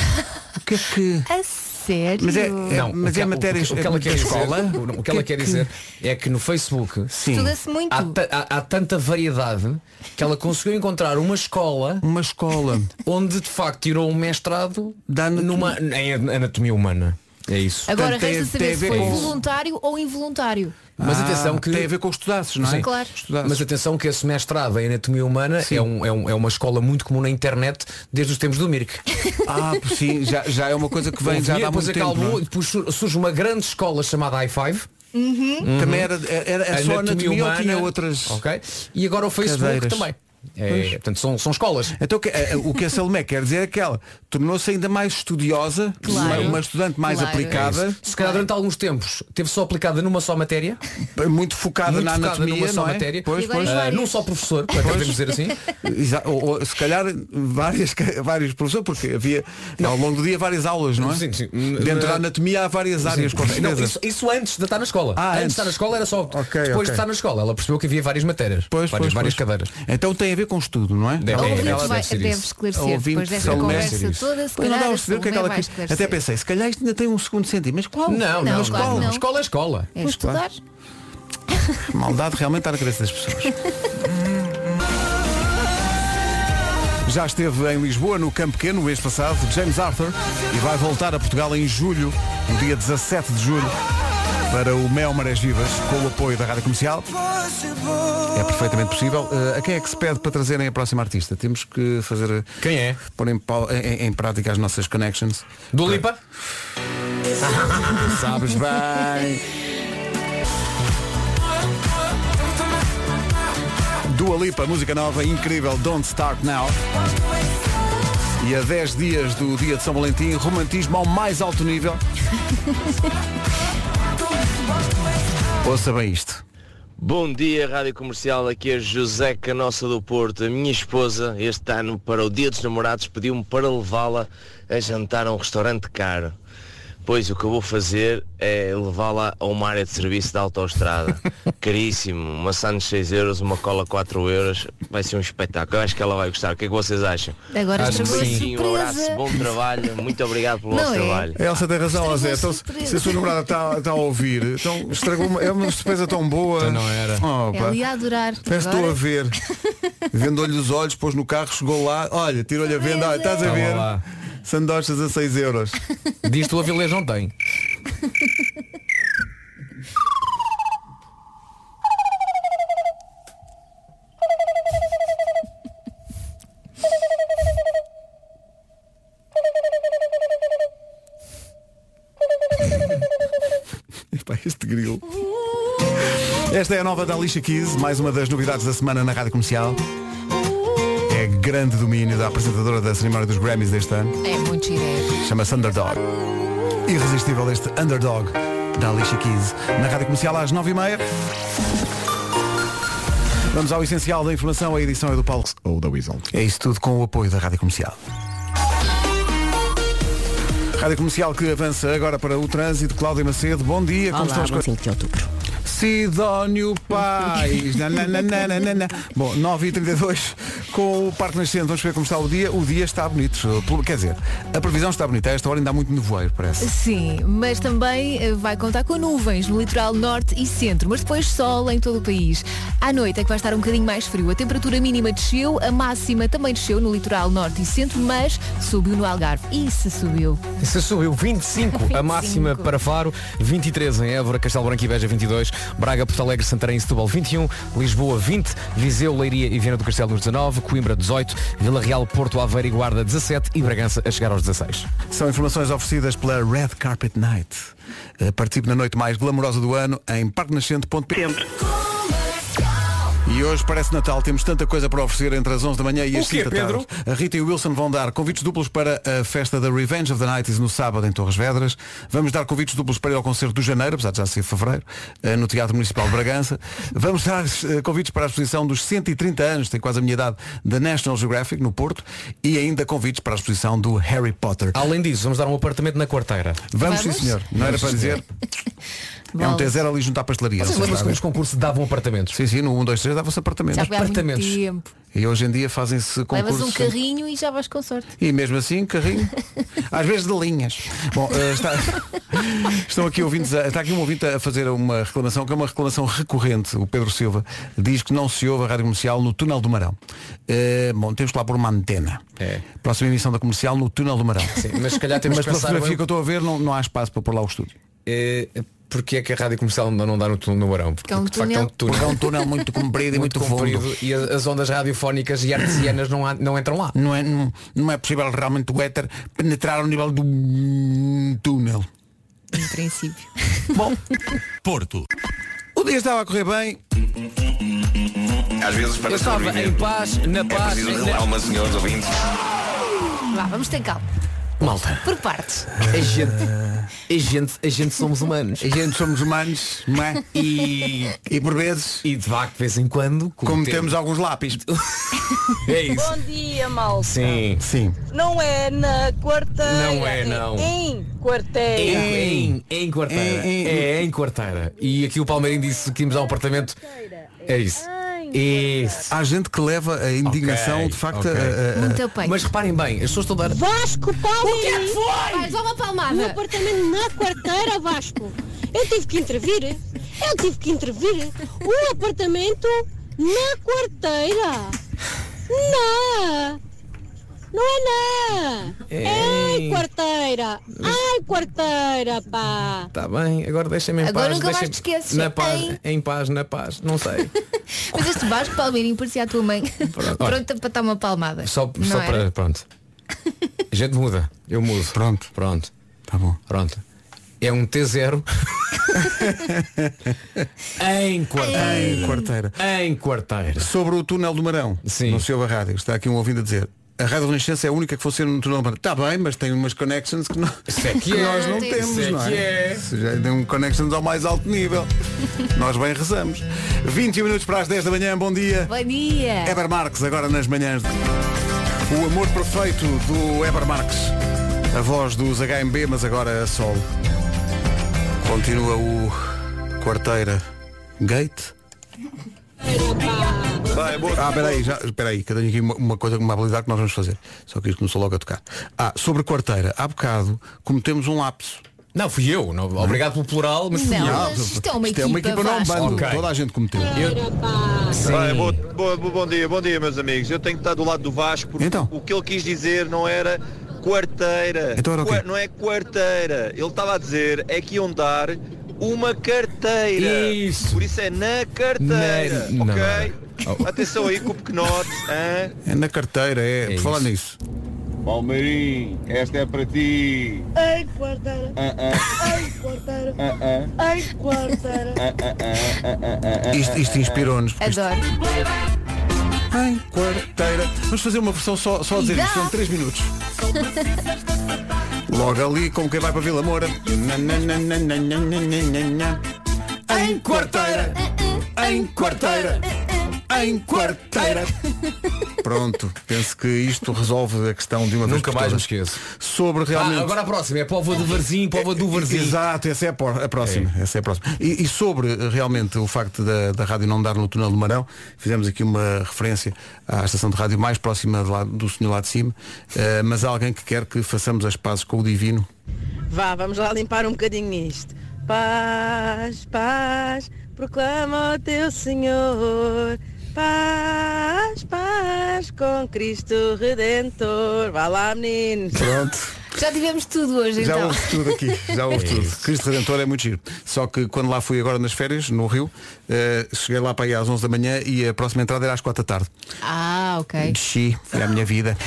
Speaker 1: O que é que.
Speaker 4: A sério?
Speaker 1: Mas é, é-
Speaker 2: Não,
Speaker 1: mas
Speaker 2: o que-
Speaker 1: é matéria
Speaker 2: o que- o que ela quer
Speaker 1: de
Speaker 2: dizer-
Speaker 1: escola?
Speaker 2: o- não, O que ela quer dizer é que no Facebook sim,
Speaker 1: Estuda-se muito.
Speaker 2: Há, ta- há- há tanta variedade que ela conseguiu encontrar uma escola
Speaker 1: uma escola
Speaker 2: onde de facto tirou um mestrado numa, em an- anatomia humana. É isso.
Speaker 1: Ah.
Speaker 4: Agora
Speaker 2: Portanto,
Speaker 4: resta
Speaker 2: tem- tem
Speaker 4: saber se
Speaker 2: a ver
Speaker 4: foi
Speaker 2: com-
Speaker 4: voluntário ou involuntário.
Speaker 2: Mas
Speaker 1: Ah,
Speaker 2: atenção que
Speaker 1: tem a ver com os estudaços, não é?
Speaker 2: Sim.
Speaker 4: Claro. Estudaços.
Speaker 2: Mas atenção que esse mestrado em anatomia humana é, um- é um- é uma escola muito comum na internet desde os tempos do Mirk.
Speaker 1: Ah, pois sim, já, já é uma coisa que
Speaker 2: O
Speaker 1: vem já
Speaker 2: Mirk
Speaker 1: dá
Speaker 2: depois
Speaker 1: muito tempo.
Speaker 2: acalmou
Speaker 1: não é?
Speaker 2: e depois sur- surge uma grande escola chamada i5. Uhum.
Speaker 1: Também era- era- era só anatomia ou tinha outras
Speaker 2: Ok. E agora o Facebook
Speaker 1: cadeiras?
Speaker 2: também. É,
Speaker 1: Pois.
Speaker 2: portanto, são, são escolas.
Speaker 1: Então o que- eh, o que a Salomé quer dizer é que ela tornou-se ainda mais estudiosa,
Speaker 2: Claro.
Speaker 1: uma, uma estudante mais
Speaker 2: Claro. É
Speaker 1: aplicada,
Speaker 2: isso. Se calhar durante alguns tempos teve só aplicada numa só matéria.
Speaker 1: muito focada
Speaker 2: Muito
Speaker 1: na
Speaker 2: focada
Speaker 1: anatomia,
Speaker 2: numa só
Speaker 1: não é?
Speaker 2: matéria.
Speaker 1: Pois,
Speaker 2: E agora
Speaker 1: pois.
Speaker 2: em várias. Ah, num só professor, para podemos dizer assim.
Speaker 1: Exa- ou, ou, se calhar várias, vários professores, porque havia ao longo do dia várias aulas, não é?
Speaker 2: Sim, sim.
Speaker 1: Dentro da anatomia há várias áreas, com
Speaker 2: Não,
Speaker 1: certeza.
Speaker 2: isso, isso antes de estar na escola.
Speaker 1: Ah,
Speaker 2: antes,
Speaker 1: antes.
Speaker 2: de estar na escola era só. depois
Speaker 1: ok.
Speaker 2: de estar na escola, ela percebeu que havia várias matérias. várias,
Speaker 1: pois, pois.
Speaker 2: várias cadeiras.
Speaker 1: Então tem a ver com estudo, não é?
Speaker 2: Deve-
Speaker 1: Ela-
Speaker 2: é,
Speaker 1: ela-
Speaker 2: deve
Speaker 4: vai-
Speaker 2: ser
Speaker 4: deve
Speaker 2: isso.
Speaker 4: esclarecer
Speaker 1: A ouvinte
Speaker 4: depois desta
Speaker 1: Salomé.
Speaker 4: conversa
Speaker 1: Deve ser
Speaker 4: toda,
Speaker 1: isso.
Speaker 4: se
Speaker 1: Pois não dá
Speaker 4: calhar
Speaker 1: a
Speaker 4: a
Speaker 1: perceber o que é que
Speaker 4: Salomé
Speaker 1: ela
Speaker 4: vai
Speaker 1: quis.
Speaker 4: esclarecer.
Speaker 1: Até pensei, se calhar isto ainda tem um segundo sentido, mas qual?
Speaker 2: Não,
Speaker 1: Uma
Speaker 2: não, não,
Speaker 1: escola.
Speaker 2: não. Escola é escola.
Speaker 4: É estudar.
Speaker 1: Maldade realmente está na cabeça das pessoas. Já esteve em Lisboa, no Campo Pequeno, o mês passado, James Arthur, e vai voltar a Portugal em julho, no dia 17 de julho, para o Mel Marés Vivas, com o apoio da Rádio Comercial. É perfeitamente possível. Eh, a quem é que se pede para trazerem a próxima artista? Temos que fazer. Quem é? Pôr em, pau- em- em prática as nossas connections.
Speaker 2: Do Lipa?
Speaker 1: Sabes bem. Dua Lipa, música nova, incrível, Don't Start Now. E a 10 dias do dia de São Valentim, romantismo ao mais alto nível. Ouça bem isto.
Speaker 18: Bom dia, Rádio Comercial. Aqui é José Canossa do Porto. A minha esposa, este ano, para o Dia dos Namorados, pediu-me para levá-la a jantar a um restaurante caro. Pois o que eu vou fazer é levá-la a uma área de serviço da autoestrada. Caríssimo, uma sandes 6 euros, uma cola 4 euros. Vai ser um espetáculo. Eu acho que ela vai gostar. O que é que vocês acham?
Speaker 4: Agora
Speaker 18: um
Speaker 4: estragou a
Speaker 18: beijinho, um
Speaker 4: surpresa.
Speaker 18: abraço, bom trabalho. Muito obrigado pelo
Speaker 4: Não
Speaker 18: vosso
Speaker 4: é?
Speaker 18: trabalho.
Speaker 1: Elsa tem razão, ó Zé. Então, se se a sua namorada está a ouvir, então estragou uma, é uma surpresa tão boa. Então não era.
Speaker 4: Ela ia É adorar.
Speaker 1: Parece que estou a
Speaker 4: Agora-
Speaker 1: ver. Vendou-lhe os olhos, pôs no carro, chegou lá, olha, tirou-lhe a venda, olha, estás a
Speaker 2: Toma
Speaker 1: ver?
Speaker 2: lá.
Speaker 1: Sandochas a 6 euros.
Speaker 2: Diz tu a vileja não tem.
Speaker 1: Epá, este grilo. Esta é a nova da Alicia Keys, mais uma das novidades da semana na Rádio Comercial. É grande domínio da apresentadora da cerimónia dos Grammys deste ano.
Speaker 4: É muito giro.
Speaker 1: Chama-se Underdog. Irresistível este Underdog da Alicia Keys. Na Rádio Comercial às 9h30. Vamos ao essencial da informação. A edição é do Paulo ou da Weasel. É isso tudo com o apoio da Rádio Comercial. Rádio Comercial que avança agora para o trânsito. Cláudia Macedo, bom dia.
Speaker 3: Olá,
Speaker 19: Então
Speaker 1: como estão as
Speaker 3: bom
Speaker 1: coisas?
Speaker 3: 5 de outubro.
Speaker 1: Sidónio Pais. Na, na, na, na, na, na, na. Bom, 9h32 com o Parque Nascente. Vamos ver como está o dia. O dia está bonito. Quer dizer, a previsão está bonita. A esta hora ainda há muito nevoeiro, parece.
Speaker 4: Sim, mas também eh, vai contar com nuvens no litoral norte e centro, mas depois sol em todo o país. À noite é que vai estar um bocadinho mais frio. A temperatura mínima desceu, a máxima também desceu no litoral norte e centro, mas subiu no Algarve. E se subiu.
Speaker 2: Se subiu 25, a máxima para Faro, 23 em Évora, Castelo Branco e Beja 22, Braga, Porto Alegre, Santarém e Setúbal 21, Lisboa 20, Viseu, Leiria e Viana do Castelo nos 19, Coimbra 18, Vila Real, Porto Aveiro e Guarda 17 e Bragança a chegar aos 16.
Speaker 1: São informações oferecidas pela Red Carpet Night. Eh, Participe na noite mais glamourosa do ano em parquenascente.pt E hoje parece Natal, temos tanta coisa para oferecer entre as 11 da manhã e
Speaker 2: O
Speaker 1: as
Speaker 2: quê,
Speaker 1: 5 da tarde.
Speaker 2: Pedro?
Speaker 1: A Rita e o Wilson vão dar convites duplos para a festa da Revenge of the Nights no sábado em Torres Vedras. Vamos dar convites duplos para ir ao concerto do Janeiro, apesar de já ser fevereiro, eh, no Teatro Municipal de Bragança. Vamos dar eh, convites para a exposição dos 130 anos, tem quase a minha idade, da National Geographic, no Porto, e ainda convites para a exposição do Harry Potter.
Speaker 2: Além disso, vamos dar um apartamento na quarteira.
Speaker 1: Vamos, sim senhor. Não era
Speaker 2: Vamos,
Speaker 1: para
Speaker 2: sim, senhor.
Speaker 1: dizer. É um T0 ali junto à pastelaria.
Speaker 4: é
Speaker 2: Vocês
Speaker 1: não sei se
Speaker 2: lembram-se
Speaker 1: está a
Speaker 2: que nos concursos davam apartamentos?
Speaker 1: Sim, sim, no 1, 2, 3 dava-se apartamentos.
Speaker 4: Já foi há muito tempo.
Speaker 1: E hoje em dia fazem-se concursos.
Speaker 4: Levas um carrinho e já vais com sorte.
Speaker 1: E mesmo assim, carrinho. Às vezes de linhas. Bom, eh, está, estão aqui ouvintes a- está aqui um ouvinte a fazer uma reclamação, que é uma reclamação recorrente. O Pedro Silva diz que não se ouve a rádio comercial no túnel do Marão. Eh, bom, temos que lá pôr uma antena. Próxima emissão da comercial no túnel do Marão.
Speaker 2: É. Sim, mas se calhar temos
Speaker 1: mas
Speaker 2: que
Speaker 1: pela
Speaker 2: pensar
Speaker 1: fotografia
Speaker 2: bem-
Speaker 1: que eu estou a ver, não, não há espaço para pôr lá o estúdio.
Speaker 2: É, porque é que a rádio comercial não não dá no túnel no Barão? Porque,
Speaker 1: é um
Speaker 2: de facto é um
Speaker 1: túnel.
Speaker 2: túnel.
Speaker 1: Porque é um túnel muito comprido e muito fundo.
Speaker 2: E a- as ondas radiofónicas e artesianas não, há- não entram lá.
Speaker 1: Não é, não, não é possível realmente o éter penetrar ao nível do túnel.
Speaker 4: Em princípio.
Speaker 1: Bom,
Speaker 2: Porto.
Speaker 1: o dia estava a correr bem.
Speaker 20: Às vezes para
Speaker 2: Eu estava
Speaker 20: sobreviver,
Speaker 2: em paz, na
Speaker 20: É
Speaker 2: paz,
Speaker 20: preciso
Speaker 2: na-
Speaker 20: alma, senhores ouvintes.
Speaker 4: Vá, vamos ter calma.
Speaker 2: Malta.
Speaker 4: Por partes.
Speaker 2: A gente, a gente, a gente somos humanos.
Speaker 1: A gente somos humanos, não é?
Speaker 2: E,
Speaker 1: e por vezes.
Speaker 2: E de facto, de vez em quando.
Speaker 1: Cometemos alguns lápis.
Speaker 2: é isso.
Speaker 21: Bom dia, malta.
Speaker 2: Sim.
Speaker 1: Sim.
Speaker 21: Não é na quarteira.
Speaker 2: Não é, não.
Speaker 21: Em
Speaker 10: É
Speaker 21: quarteira.
Speaker 2: É Em, em, em quarteira.
Speaker 21: Em- em-
Speaker 2: É em quarteira. E aqui o Palmeirinho disse que íamos ao apartamento. É isso. Isso.
Speaker 1: Há gente que leva a indignação, de facto, a- a- a- Muito
Speaker 4: apanho.
Speaker 2: Ah, Mas reparem bem, as pessoas estão a dar.
Speaker 21: Vasco, palma!
Speaker 4: O que é que foi? Vai, dá uma palmada.
Speaker 21: No apartamento na quarteira, Vasco. Eu tive que intervir. Eu tive que intervir. O apartamento na quarteira. Na. Não é na. É
Speaker 2: Ei.
Speaker 21: em quarteira. Ah. Ai, quarteira, pá.
Speaker 2: Está Tá bem, agora deixem-me em
Speaker 4: Agora
Speaker 2: paz.
Speaker 4: nunca mais
Speaker 2: deixem-
Speaker 4: te esqueces.
Speaker 2: Na paz,
Speaker 4: Em-
Speaker 2: em paz, na paz, não sei.
Speaker 4: Mas este Vasco Palmeirinho parecia a tua mãe. Pronta para dar uma palmada.
Speaker 2: Só,
Speaker 4: Não é?
Speaker 2: só
Speaker 4: era?
Speaker 2: para. Pronto. A gente muda. Eu mudo. Pronto. Pronto.
Speaker 1: Tá bom.
Speaker 2: Pronto. É um T0. em quarteira.
Speaker 1: Em quarteira.
Speaker 2: Em quarteira.
Speaker 1: Sobre o túnel do Marão, Sim. no seu rádio, está aqui um ouvido a dizer. A Rádio Renascença é a única que funciona no túnel do Marão. Está bem, mas tem umas connections que, não,
Speaker 2: é que é,
Speaker 1: nós não
Speaker 2: tem-
Speaker 1: temos,
Speaker 2: isso é
Speaker 1: não
Speaker 2: que é.
Speaker 1: Isso já Tem um connections ao mais alto nível. nós bem rezamos. 21 minutos para as 10 da manhã, bom dia.
Speaker 4: Bom
Speaker 1: É
Speaker 4: dia.
Speaker 1: Eber Marques, agora nas manhãs. de- O amor perfeito do Eber Marques. A voz dos HMB, mas agora a solo. Continua o quarteira Gate. Ah, peraí, já, peraí, que eu tenho aqui uma, uma coisa, uma habilidade que nós vamos fazer. Só que isto começou logo a tocar. Ah, sobre quarteira, há bocado cometemos um lapso.
Speaker 2: Não, fui eu. Não, obrigado pelo plural, mas fui
Speaker 4: Não,
Speaker 2: eu.
Speaker 4: mas isto é uma equipa,
Speaker 1: não um
Speaker 4: Vasco.
Speaker 1: bando.
Speaker 2: Ok.
Speaker 1: Toda a gente cometeu.
Speaker 22: Bem, bo- bo- bo- bom dia, bom dia, meus amigos. Eu tenho que estar do lado do Vasco porque o que ele quis dizer não era quarteira.
Speaker 1: Então era o quê?
Speaker 22: Qua- não é quarteira. Ele estava a dizer é que iam dar uma carteira. Isso. Por isso é na carteira.
Speaker 1: Na- não,
Speaker 22: ok?
Speaker 1: não, não.
Speaker 22: Atenção aí com o pequenote. hã?
Speaker 1: É na carteira, é. por falar nisso.
Speaker 23: Palmeirim, esta é para ti.
Speaker 7: Ai, quarteira.
Speaker 23: Ah, ah,
Speaker 7: Ai, quarteira.
Speaker 23: ah, ah,
Speaker 7: Ai, quarteira.
Speaker 23: ah, ah, ah, ah, ah, ah,
Speaker 1: Isto, isto
Speaker 23: ah, ah.
Speaker 1: inspirou-nos. porque isto-
Speaker 4: Adoro.
Speaker 1: Ai, quarteira. Vamos fazer uma versão só, só a dizer
Speaker 4: Dá.
Speaker 1: isto, são 3 minutos. Logo ali, como quem vai para Vila Moura. Na, na, na, na, na, na, na, na, na. Em quarteira! Em quarteira! Em quarteira! Pronto, penso que isto resolve a questão de uma vez
Speaker 2: Nunca
Speaker 1: por
Speaker 2: mais
Speaker 1: todas.
Speaker 2: me esqueço.
Speaker 1: Sobre realmente.
Speaker 2: Ah, agora a próxima é Póvoa do Varzim, Póvoa do Varzim.
Speaker 1: Exato, essa é a, por- a próxima. Essa é a próxima. E, e sobre eh, realmente o facto da, da rádio não dar no túnel do Marão, fizemos aqui uma referência à estação de rádio mais próxima de lá- do senhor lá de cima, eh, mas há alguém que quer que façamos as pazes com o divino.
Speaker 19: Vá, vamos lá limpar um bocadinho isto. Paz, paz, proclama o teu Senhor. Paz, paz, com Cristo Redentor. Vá lá, meninos.
Speaker 1: Pronto.
Speaker 4: Já tivemos tudo hoje,
Speaker 1: Já
Speaker 4: então.
Speaker 1: houve tudo aqui, já houve tudo. Cristo Redentor é muito giro. Só que quando lá fui agora nas férias, no Rio, eh, cheguei lá para aí às 11 da manhã e a próxima entrada era às 4 da tarde.
Speaker 4: Ah, ok.
Speaker 1: Desci, foi a minha vida.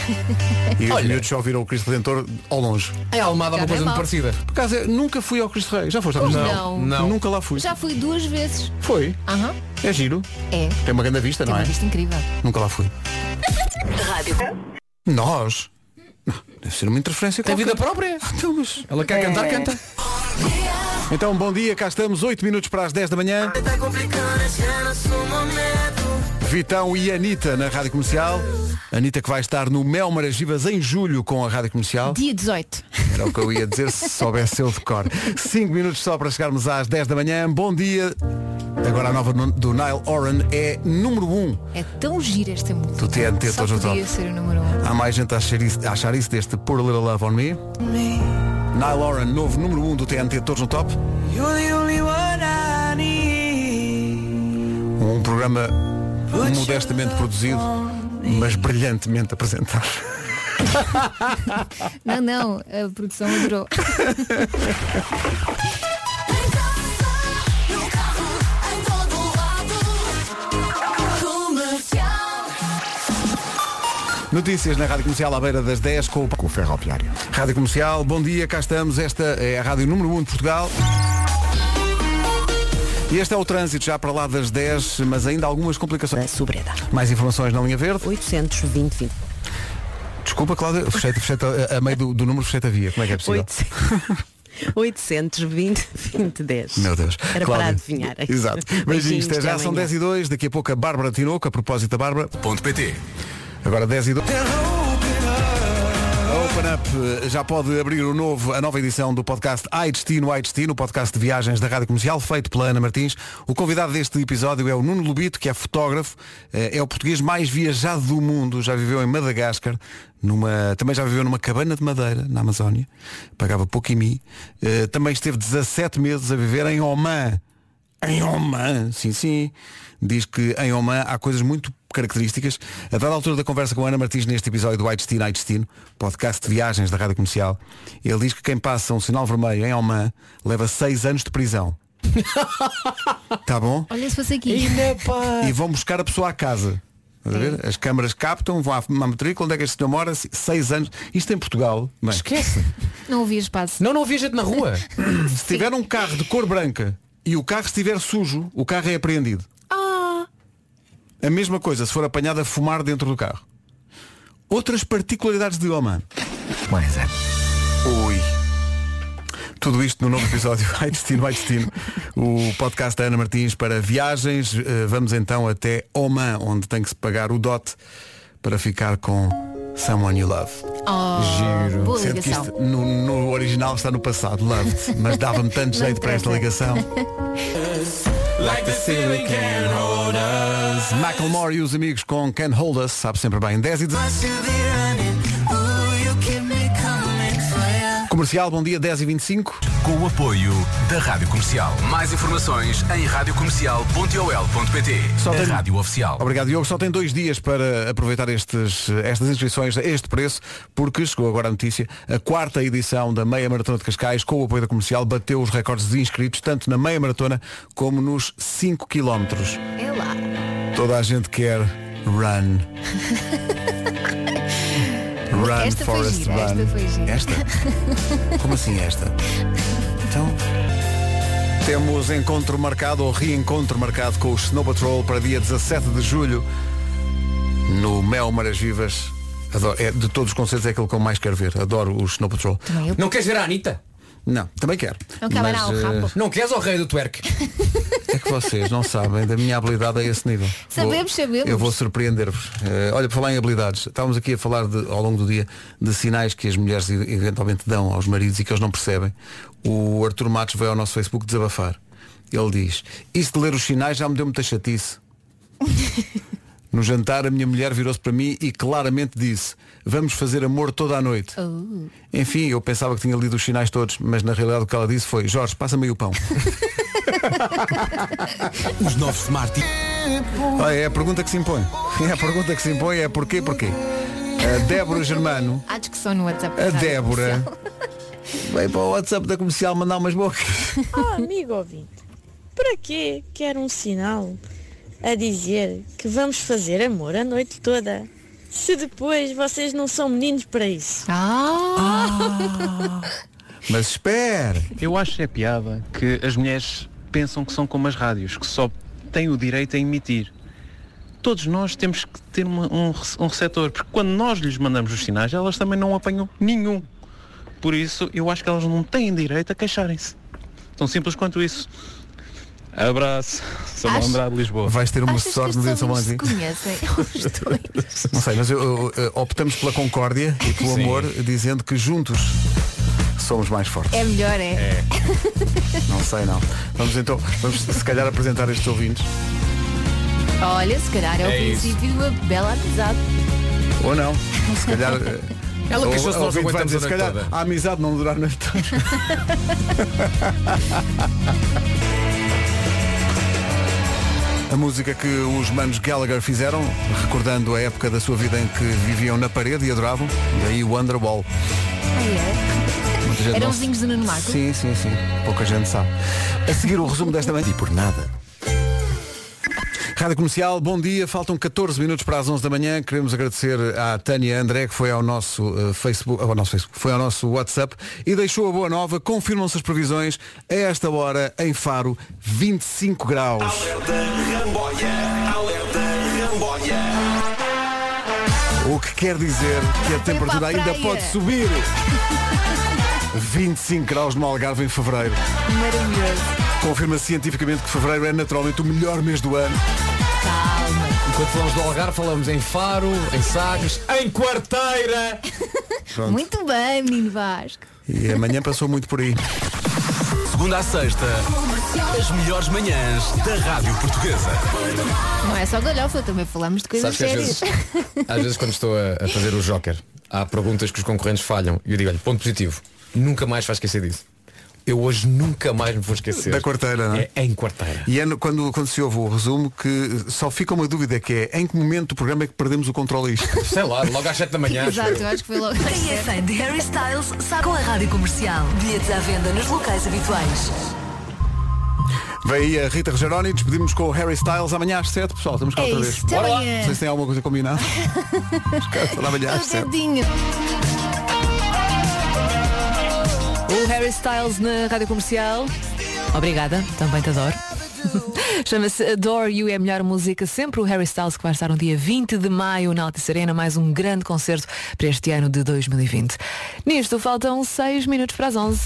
Speaker 1: E os miúdos só ouviram o Cristo Redentor ao longe.
Speaker 2: É
Speaker 4: Já não
Speaker 2: Almada, uma
Speaker 4: é
Speaker 2: coisa muito
Speaker 4: mau.
Speaker 2: parecida.
Speaker 1: Por acaso, eu nunca fui ao Cristo Rei. Já foste ao
Speaker 4: Pois
Speaker 1: Cristo Rei?
Speaker 4: não.
Speaker 1: Nunca lá fui.
Speaker 4: Já fui duas vezes.
Speaker 1: Foi.
Speaker 4: Aham.
Speaker 1: É giro.
Speaker 4: É.
Speaker 1: Tem uma grande vista,
Speaker 4: Tem
Speaker 1: não
Speaker 4: uma
Speaker 1: é?
Speaker 4: vista incrível.
Speaker 1: Nunca lá fui.
Speaker 6: Rádio.
Speaker 1: Nós? Deve ser uma interferência
Speaker 2: Tem
Speaker 1: qualquer.
Speaker 2: vida própria.
Speaker 1: Então, mas...
Speaker 2: Ela quer
Speaker 4: É.
Speaker 2: cantar, canta.
Speaker 1: Então, bom dia. Cá estamos, 8 minutos para as 10 da manhã. Vitão e Anitta na Rádio Comercial. Anitta que vai estar no Mel Maragivas em julho com a Rádio Comercial.
Speaker 4: Dia 18.
Speaker 1: Era o que eu ia dizer se soubesse eu de cor. 5 minutos só para chegarmos às 10 da manhã. Bom dia. Agora a nova no- do Nile Oran é número 1 um
Speaker 4: É tão gira esta música.
Speaker 1: do TNT
Speaker 4: Só
Speaker 1: Todos no
Speaker 4: podia
Speaker 1: Top.
Speaker 4: ser o número 1.
Speaker 1: Há mais gente a achar isso, a achar isso deste Poor Little Love on Me. Nile Oran, novo número 1 um do TNT Todos no Top. Um programa modestamente produzido, mas brilhantemente apresentado.
Speaker 4: Não, não, a produção adorou.
Speaker 1: Notícias na Rádio Comercial à beira das 10 com o, com o Ferroviário. Rádio Comercial, bom dia, cá estamos. Esta é a Rádio Número 1 de Portugal. E este é o trânsito já para lá das 10, mas ainda algumas complicações. Da
Speaker 3: Sobreda.
Speaker 1: Mais informações na linha verde?
Speaker 3: 820 20.
Speaker 1: Desculpa, Cláudia, fechei, fechei a, a meio do, do número fechei a via. Como é que é possível?
Speaker 3: 820 2010.
Speaker 1: Meu Deus.
Speaker 3: Era para
Speaker 1: Cláudia.
Speaker 3: adivinhar.
Speaker 1: Exato. Beijinhos, até já são 10 e 2. Daqui a pouco a Bárbara Tinoco, a propósito da Bárbara. Agora 10 e 2. A Open Up eh, já pode abrir o novo, a nova edição do podcast Ai Destino, Ai Destino, o podcast de viagens da Rádio Comercial, feito pela Ana Martins. O convidado deste episódio é o Nuno Lubito, que é fotógrafo, eh, é o português mais viajado do mundo, já viveu em Madagascar, numa, também já viveu numa cabana de madeira, na Amazónia, pagava pouco em mim, Eh, também esteve 17 meses a viver em Oman. Em Oman, sim, sim. Diz que em Oman há coisas muito características. A dada altura da conversa com a Ana Martins neste episódio do Ai Destino, Ai Destino, podcast de viagens da Rádio Comercial, ele diz que quem passa um sinal vermelho em Oman leva seis anos de prisão. tá bom?
Speaker 4: Olha se fosse
Speaker 2: É
Speaker 4: aqui.
Speaker 1: E vão buscar a pessoa à casa. Estás a ver? As câmaras captam, vão à à matrícula, onde é que este senhor mora? Se- Seis anos. Isto em Portugal. Bem,
Speaker 2: Esquece.
Speaker 4: Não havia espaço.
Speaker 2: Não, não havia gente na rua.
Speaker 1: se tiver um carro de cor branca e o carro estiver sujo, o carro é apreendido.
Speaker 4: Ah,
Speaker 1: A mesma coisa se for apanhado a fumar dentro do carro. Outras particularidades de Oman. Mas é. Ui. Tudo isto no novo episódio Ai Destino, Ai Destino, o podcast da Ana Martins para viagens. Eh, Vamos então até Oman, onde tem que se pagar o dote para ficar com Someone You Love.
Speaker 4: Oh,
Speaker 1: Giro.
Speaker 4: boa
Speaker 1: Sendo que
Speaker 4: ligação.
Speaker 1: isto no, no original está no passado, Loved, mas dava-me tanto jeito para esta ligação.
Speaker 7: Like the ceiling can hold us.
Speaker 1: Michael Moore e os amigos com Can Hold Us, sabe sempre bem, 10 e 19. Comercial, bom dia, 10 e 25.
Speaker 8: Com o apoio da Rádio Comercial. Mais informações em radiocomercial.ol.pt.
Speaker 1: Só
Speaker 8: A
Speaker 1: tem-
Speaker 8: Rádio Oficial.
Speaker 1: Obrigado, Diogo. Só tem dois dias para aproveitar estes, estas inscrições a este preço, porque chegou agora a notícia, a quarta edição da Meia Maratona de Cascais, com o apoio da comercial, bateu os recordes de inscritos, tanto na Meia Maratona como nos 5 quilómetros.
Speaker 4: É lá.
Speaker 1: Toda a gente quer run. run,
Speaker 4: esta foi
Speaker 1: Forest
Speaker 4: gira,
Speaker 1: Run.
Speaker 4: esta foi gira.
Speaker 1: Esta? Como assim esta? Então. Temos encontro marcado ou reencontro marcado com o Snow Patrol para dia 17 de julho no Mel Maras Vivas. Adoro. É, de todos os concertos é aquele que eu mais quero ver. Adoro o Snow Patrol.
Speaker 2: Não queres ver a Anitta?
Speaker 1: Não, também quero.
Speaker 2: Não quer
Speaker 1: Mas,
Speaker 2: abanar o
Speaker 1: eh,
Speaker 2: rabo. Não queres ao rei do twerk?
Speaker 1: É que vocês não sabem da minha habilidade a esse nível.
Speaker 4: Sabemos,
Speaker 1: Vou-
Speaker 4: sabemos.
Speaker 1: Eu vou surpreender-vos. Eh, olha, por falar em habilidades, estávamos aqui a falar de- ao longo do dia de sinais que as mulheres e- eventualmente dão aos maridos e que eles não percebem. O Arthur Matos veio ao nosso Facebook desabafar. Ele diz, isso de ler os sinais já me deu muita chatice. No jantar a minha mulher virou-se para mim e claramente disse, vamos fazer amor toda a noite.
Speaker 4: Oh.
Speaker 1: Enfim, eu pensava que tinha lido os sinais todos, mas na realidade o que ela disse foi, Jorge, passa-me aí o pão.
Speaker 8: Os novos smart.
Speaker 1: Ah, é a pergunta que se impõe. É a pergunta que se impõe é porquê, porquê. A Débora Germano,
Speaker 4: Há discussão no WhatsApp.
Speaker 1: a Débora, veio para o WhatsApp da comercial mandar umas bocas.
Speaker 10: Oh, amigo ouvinte, para que quer um sinal a dizer que vamos fazer amor a noite toda? Se depois vocês não são meninos para isso.
Speaker 4: Ah!
Speaker 1: Mas espera.
Speaker 9: Eu acho é piada que as mulheres pensam que são como as rádios, que só têm o direito a emitir. Todos nós temos que ter uma- um, rece- um receptor, porque quando nós lhes mandamos os sinais, elas também não apanham nenhum. Por isso, eu acho que elas não têm direito a queixarem-se. Tão simples quanto isso. Abraço. Sou
Speaker 4: Acho-
Speaker 9: Andrade de Lisboa.
Speaker 1: Vais ter uma
Speaker 4: Achas que
Speaker 1: sorte no
Speaker 4: estes
Speaker 1: dia de São
Speaker 4: ouvintes se
Speaker 1: Valentim.
Speaker 4: conhecem? Os dois.
Speaker 1: Não sei, mas eu, eu, eu, optamos pela concórdia e pelo amor, dizendo que juntos somos mais fortes.
Speaker 4: É melhor, é?
Speaker 1: Não sei não. Vamos então, vamos se calhar apresentar estes ouvintes.
Speaker 4: Olha, se calhar é o
Speaker 1: É isso.
Speaker 4: princípio de uma bela amizade.
Speaker 1: Ou não. Se calhar. eh,
Speaker 4: Ela
Speaker 1: ou-
Speaker 4: queixou-se,
Speaker 1: ou
Speaker 4: nós
Speaker 1: ouvinte vai
Speaker 4: aguentamos
Speaker 1: dizer,
Speaker 4: a
Speaker 1: se
Speaker 4: noite
Speaker 1: calhar a amizade não durar a noite A música que os manos Gallagher fizeram, recordando a época da sua vida em que viviam na parede e adoravam, daí o Wonderwall.
Speaker 5: É.
Speaker 1: Muita gente
Speaker 4: Eram
Speaker 1: não-
Speaker 4: vizinhos do Nuno Marco?
Speaker 1: Sim, sim, sim. Pouca gente sabe. A seguir o resumo desta manhã. E por nada. Rádio Comercial, bom dia. Faltam 14 minutos para as 11 da manhã. Queremos agradecer à Tânia André, que foi ao nosso eh, Facebook, ao nosso Facebook, foi ao nosso WhatsApp e deixou a boa nova. Confirmam-se as previsões. A esta hora, em Faro, 25 graus. O que quer dizer que a temperatura
Speaker 7: para a
Speaker 1: ainda
Speaker 7: praia.
Speaker 1: pode subir. 25 graus no Algarve em fevereiro.
Speaker 4: Maravilhoso.
Speaker 1: Confirma cientificamente que fevereiro é naturalmente o melhor mês do ano.
Speaker 2: Enquanto falamos do Algarve, falamos em Faro, em Sagres, em Quarteira.
Speaker 1: Pronto.
Speaker 4: Muito bem, menino Vasco.
Speaker 1: E amanhã passou muito por aí.
Speaker 8: Segunda à sexta, as melhores manhãs da Rádio Portuguesa.
Speaker 4: Não é só galhofa, também falamos de coisas
Speaker 2: Sabes que às
Speaker 4: sérias.
Speaker 2: Às vezes quando estou a, a fazer o Joker, há perguntas que os concorrentes falham. E eu digo, olha, ponto positivo, nunca mais vais esquecer disso. Eu hoje nunca mais me vou esquecer.
Speaker 1: Da quarteira, não é?
Speaker 2: É em quarteira.
Speaker 1: E é no- quando, quando se ouve o resumo que só fica uma dúvida que é em que momento do programa é que perdemos o controle a isto?
Speaker 2: Sei lá, logo às 7 da manhã.
Speaker 4: Exato, eu acho que foi logo.
Speaker 6: Quem é fã de Harry Styles sabe com a rádio comercial. Bilhetes à venda nos locais habituais.
Speaker 1: Vem aí a Rita Rogeroni, despedimos com o Harry Styles amanhã às 7, pessoal, estamos cá
Speaker 4: É
Speaker 1: outra vez.
Speaker 4: isso, até
Speaker 1: Bora lá.
Speaker 4: amanhã.
Speaker 1: Vocês têm alguma coisa combinada? Esquece, amanhã às
Speaker 4: O
Speaker 1: 7.
Speaker 4: dedinho.
Speaker 24: O Harry Styles na Rádio Comercial. Obrigada, também te adoro. Chama-se Adore You, é a melhor música sempre. O Harry Styles que vai estar no dia 20 de maio na Altice Arena, mais um grande concerto para este ano de 2020. Nisto faltam 6 minutos para as 11.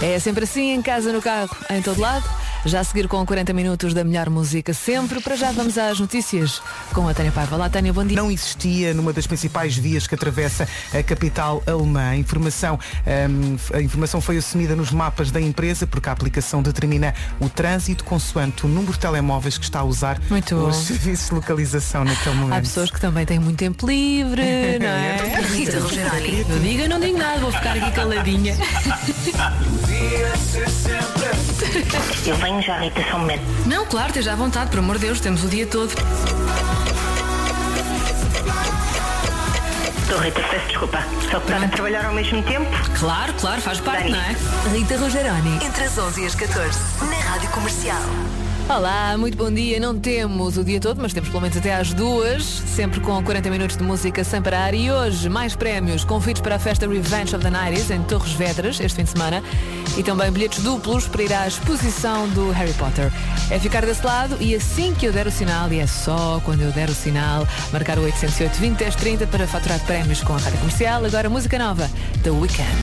Speaker 24: É sempre assim, em casa, no carro, em todo lado. Já a seguir com 40 minutos da melhor música sempre. Para já vamos às notícias com a Tânia Paiva. Olá, Tânia, bom dia.
Speaker 5: Não existia numa das principais vias que atravessa a capital alemã. A informação, hum, a informação foi assumida nos mapas da empresa porque a aplicação determina o trânsito consoante o número de telemóveis que está a usar
Speaker 24: Muito bom.
Speaker 5: os serviços de localização naquele
Speaker 24: Há
Speaker 5: momento.
Speaker 24: pessoas que também têm muito tempo livre, não é?
Speaker 5: É verdade. Rita Rogeroni.
Speaker 24: Não diga, não digo nada, vou ficar aqui caladinha.
Speaker 11: Eu venho já, Rita, só um momento.
Speaker 24: Não, claro, esteja à vontade, por amor de Deus, temos o dia todo.
Speaker 11: Estou, Rita, peço desculpa. Só que estava a trabalhar ao mesmo tempo.
Speaker 24: Claro, claro, faz parte, não é? Rita Rogeroni. Entre as 11 e as 14, na Rádio Comercial. Olá, muito bom dia. Não temos o dia todo, mas temos pelo menos até às duas, sempre com 40 minutos de música sem parar. E hoje, mais prémios, convites para a festa Revenge of the Nights em Torres Vedras, este fim de semana. E também bilhetes duplos para ir à exposição do Harry Potter. É ficar desse lado e assim que eu der o sinal, e é só quando eu der o sinal, marcar o 808 20 10 30 para faturar prémios com a rádio comercial. Agora, música nova, The Weeknd.